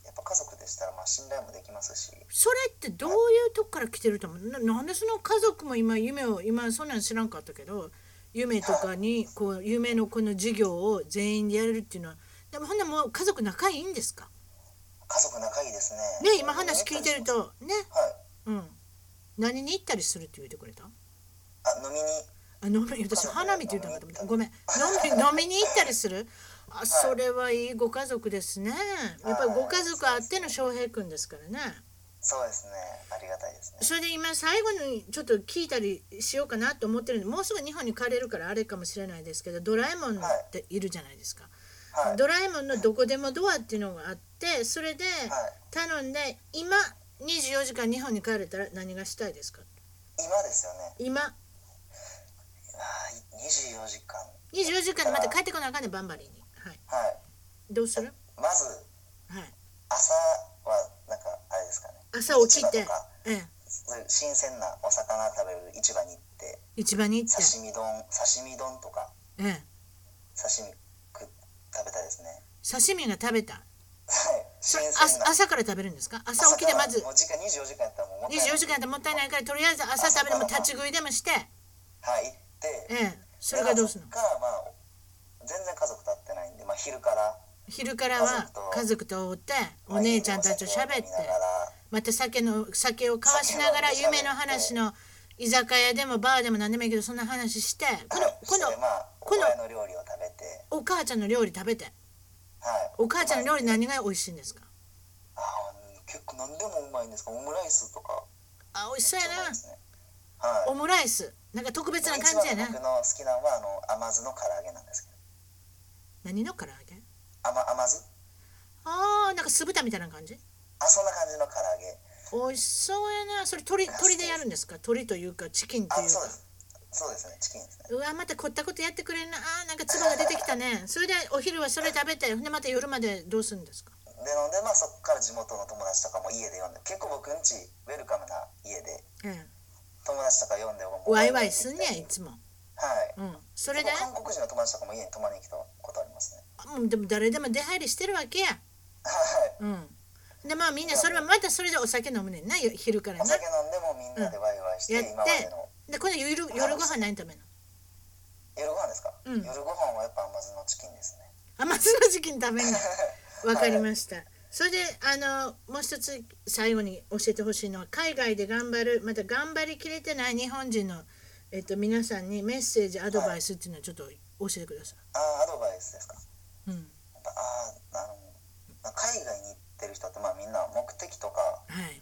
やっぱ家族でしたらまあ信頼もできますし
それってどういうとこから来てると思うななんでその家族も今夢を今そんなん知らんかったけど夢とかにこう夢のこの事業を全員でやれるっていうのはでもほんなもう家族仲いいんですか
家族仲いいですね
ね今話聞いてる
は
とね
い
うん何に行ったりするって言ってくれた
あ飲みに
あ飲み私花見って言ったんだと思ったごめん飲み飲みに行ったりするあそれはいいご家族ですねやっぱりご家族あっての翔平君ですからね
そうですねありがたいですね
それで今最後にちょっと聞いたりしようかなと思ってるんでもうすぐ日本に帰れるからあれかもしれないですけどドラえもんっているじゃないですか、
はい
ドラえもんの「どこでもドア」っていうのがあってそれで
はい
頼んで今24時間日本に帰れたら何がしたいですか
今ですよね
今
あー24時間
24時間でまた帰ってこなあかんねバンバリーに、はい、
はい
どうする、
まず
はい、
朝はなんかあれですかね
朝起きて
市場とか
ええ
そういう新鮮なお魚食べる市場に行って
市場に行って、
刺身丼刺身丼とか
ええ、
刺身食食べたいですね
刺身が食べた
はい
そ
新
れ
鮮な
あ朝から食べるんですか朝起きてまず
朝からもう時間24時間やったらもうもったいない
24時間ってもったいないからとりあえず朝食べても立ち食いでもして、
はい行って
ええ、それがどうするの
でまあそっからまあ全然家族と会ってないんで、まあ、昼から、
昼からは家族とおってお姉ちゃんたちと喋って
まあいいお酒を飲みながら
また酒の酒を交わしながら
酒を飲んで
夢の話の居酒屋でもバーでも何でもいいけどそんな話してこの
そ
こ
して
の
まあ
この
親の料理を食べて
お母ちゃんの料理食べて
はい
お母ちゃんの料
理
理何が美味しいんですか
あー結構何でもうまいんですかオムライスとか
あ美味しそうや
うまいで
な
すねはい
オムライスなんか特別な感じや
一番僕
な
の好きなのはあの甘酢の唐揚げなんですけど
何の唐揚げ
甘甘酢
あーなんか酢豚みたいな感じ
あそんな感じの唐揚げ
美味しそうやなそれ鳥鳥でやるんですか鳥というかチキンと
あ
いうか
そうですそうですねチキンですね
うわまたこったことやってくれるなあーなんか唾が出てきたねそれでお昼はそれ食べてほんでまた夜までどうするんですか
でのでまあそこから地元の友達とかも家で呼んで結構僕んちウェルカムな家で
ええ
友達とか呼んでもう
ワイワイすんねやいつも
はい
うんそ
そ
れで
韓国人の友達とかも家に泊まりに来たことありますね
あもうでも誰でも出入りしてるわけや
はい
うんでまあみんなそれはまたそれでお酒飲むねんなよ昼からな
お酒飲んでもうみんなでワイワイして、
うんや
今ま
って
での
でこの夜夜ご飯何食べるの
夜ご飯ですか、
うん
夜ご飯はやっぱ甘酢のチキンですね
甘酢のチキン食べんのわかりました。それであのもう一つ最後に教えてほしいのは海外で頑張るまた頑張りきれてない日本人の、えっと、皆さんにメッセージアドバイスっていうのをちょっと教えてくださ
ああアドバイスですか
い。うん、
やっぱあーあのまあ海外に行ってる人ってまあみんな目的とか、
はい。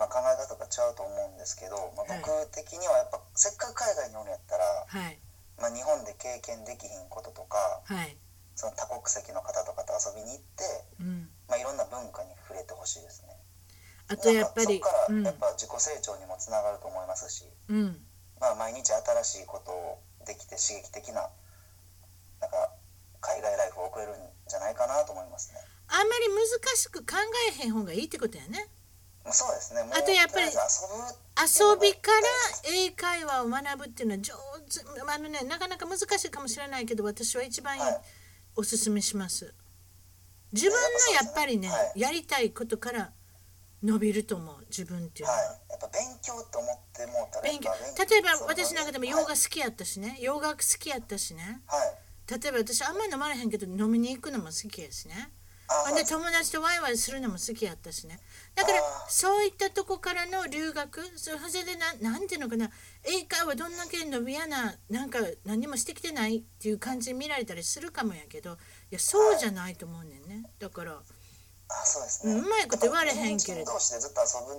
まあ、考え方がちゃうと思うんですけど、まあ、
はい
僕的にはやっぱせっかく海外におるんやったら、
はい。
まあ、日本で経験できひんこととか
はい。
その多国籍の方とかと遊びに行って、
うん。
まあ、いろんな文化に触れてほしいですね。
あとやっぱ
なん
り
かそ
う
こから
ん
やっぱ自己成長にもつながると思いますし、
うん
まあ、毎日新しいことをできて刺激的ななんか海外ライフを送れるんじゃないかなと思いますね。
あんまり難しく考えへん方がいいってことやね。
まあそうですねもう
あとやっぱり
とりあえず遊ぶ
遊びから英会話を学ぶっていうのは上手あのねなかなか難しいかもしれないけど私は一番
はい
おすすめします自分のやっぱりね、
はい
やりたいことから伸びると思う自分っていうのは、
はい、やっぱ勉強と思ってもうたらや
勉
っ
強
ぱ
例えば私なんかでも洋
は
画
い、
好きやったしね洋楽好きやったしね
はい
例えば私あんまり飲まれへんけど飲みに行くのも好きやしね
あ
ほんで友達とワイワイするのも好きやったしねだから
あ
そういったとこからの留学それでななんていうのかな英会話どんだけ伸びやななんか何もしてきてないっていう感じに見られたりするかもやけどいやそうじゃないと思うねんねだから
あそうですね
うまいこと言われへんけれど
日本人同士でずっと遊ぶ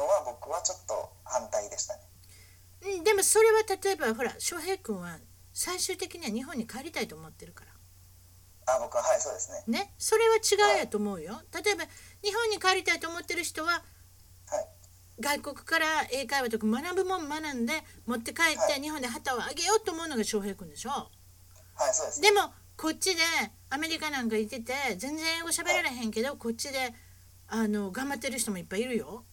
のは僕はちょっと反対でしたね
うんでもそれは例えばほら翔平君は最終的には日本に帰りたいと思ってるから。
あ僕ははいそうですね
ね、それは違うやと思うよ。例えば日本に帰りたいと思ってる人は、
はい
外国から英会話とか学ぶもん学んで持って帰っ
は
て日本で旗をあげようと思うのが翔平君でしょ
はいそうです
でもこっちでアメリカなんか行ってて全然英語喋られへんけどこっちであの頑張ってる人もいっぱいいるよ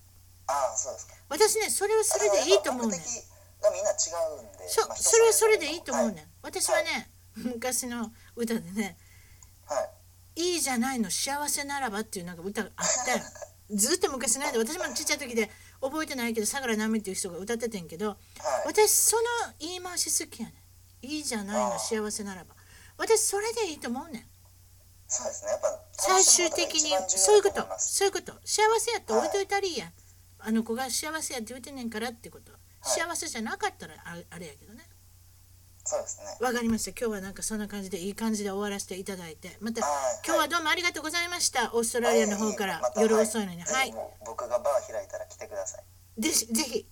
ああそうですか
私ねそれはそれでいいと思うねん
目的がみんな違うんで
そ
まあ人
それはそれでいいと思うねん、
はい
私はね昔の歌でね
はい
「いいじゃないの幸せならば」っていうなんか歌 があったよずっと昔の間私もちっちゃい時で覚えてないけど相良奈美っていう人が歌っててんけど
はい
私その言い回し好きやねんいいじゃないの幸せならば私それでいいと思うねん
そうですねやっぱ
最終的に
楽し
そうい
む
うこ
こととが一番重要だ思ます
そういうこと幸せやったら置いといたりいいやん、あの子が幸せやって言うてんねんからってこと幸せじゃなかったらああれやけどね
そうですね
わかりました今日はなんかそんな感じでいい感じで終わらせていただいてまた
はい
今日はどうもありがとうございましたオーストラリアの方か
いえ
ら
いえまた
夜遅いのに
ぜひ
はい
もう僕がバー開いたら来てください
でぜひ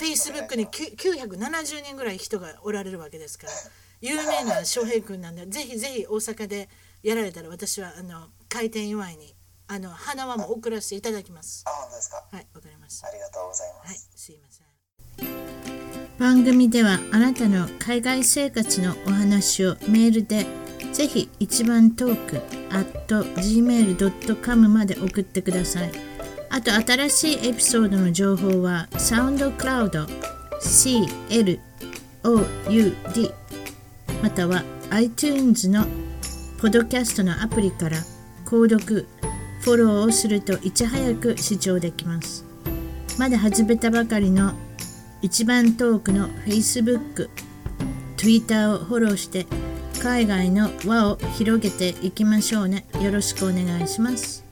Facebook にきゅ970人ぐらい人がおられるわけですから有名な翔平君なんでぜひぜひ大阪でやられたら私はあの開店祝いにあの花輪も送らせていただきます
あ本当ですか
はいわかりました
ありがとうございます、
はい、すいません。番組ではあなたの海外生活のお話をメールでぜひ一番トーク at gmail.com まで送ってください。あと新しいエピソードの情報はサウンドクラウド CLOUD または iTunes のポッドキャストのアプリから購読、フォローをするといち早く視聴できます。まだ始めたばかりの一番トークの Facebook、Twitter をフォローして海外の輪を広げていきましょうね。よろしくお願いします。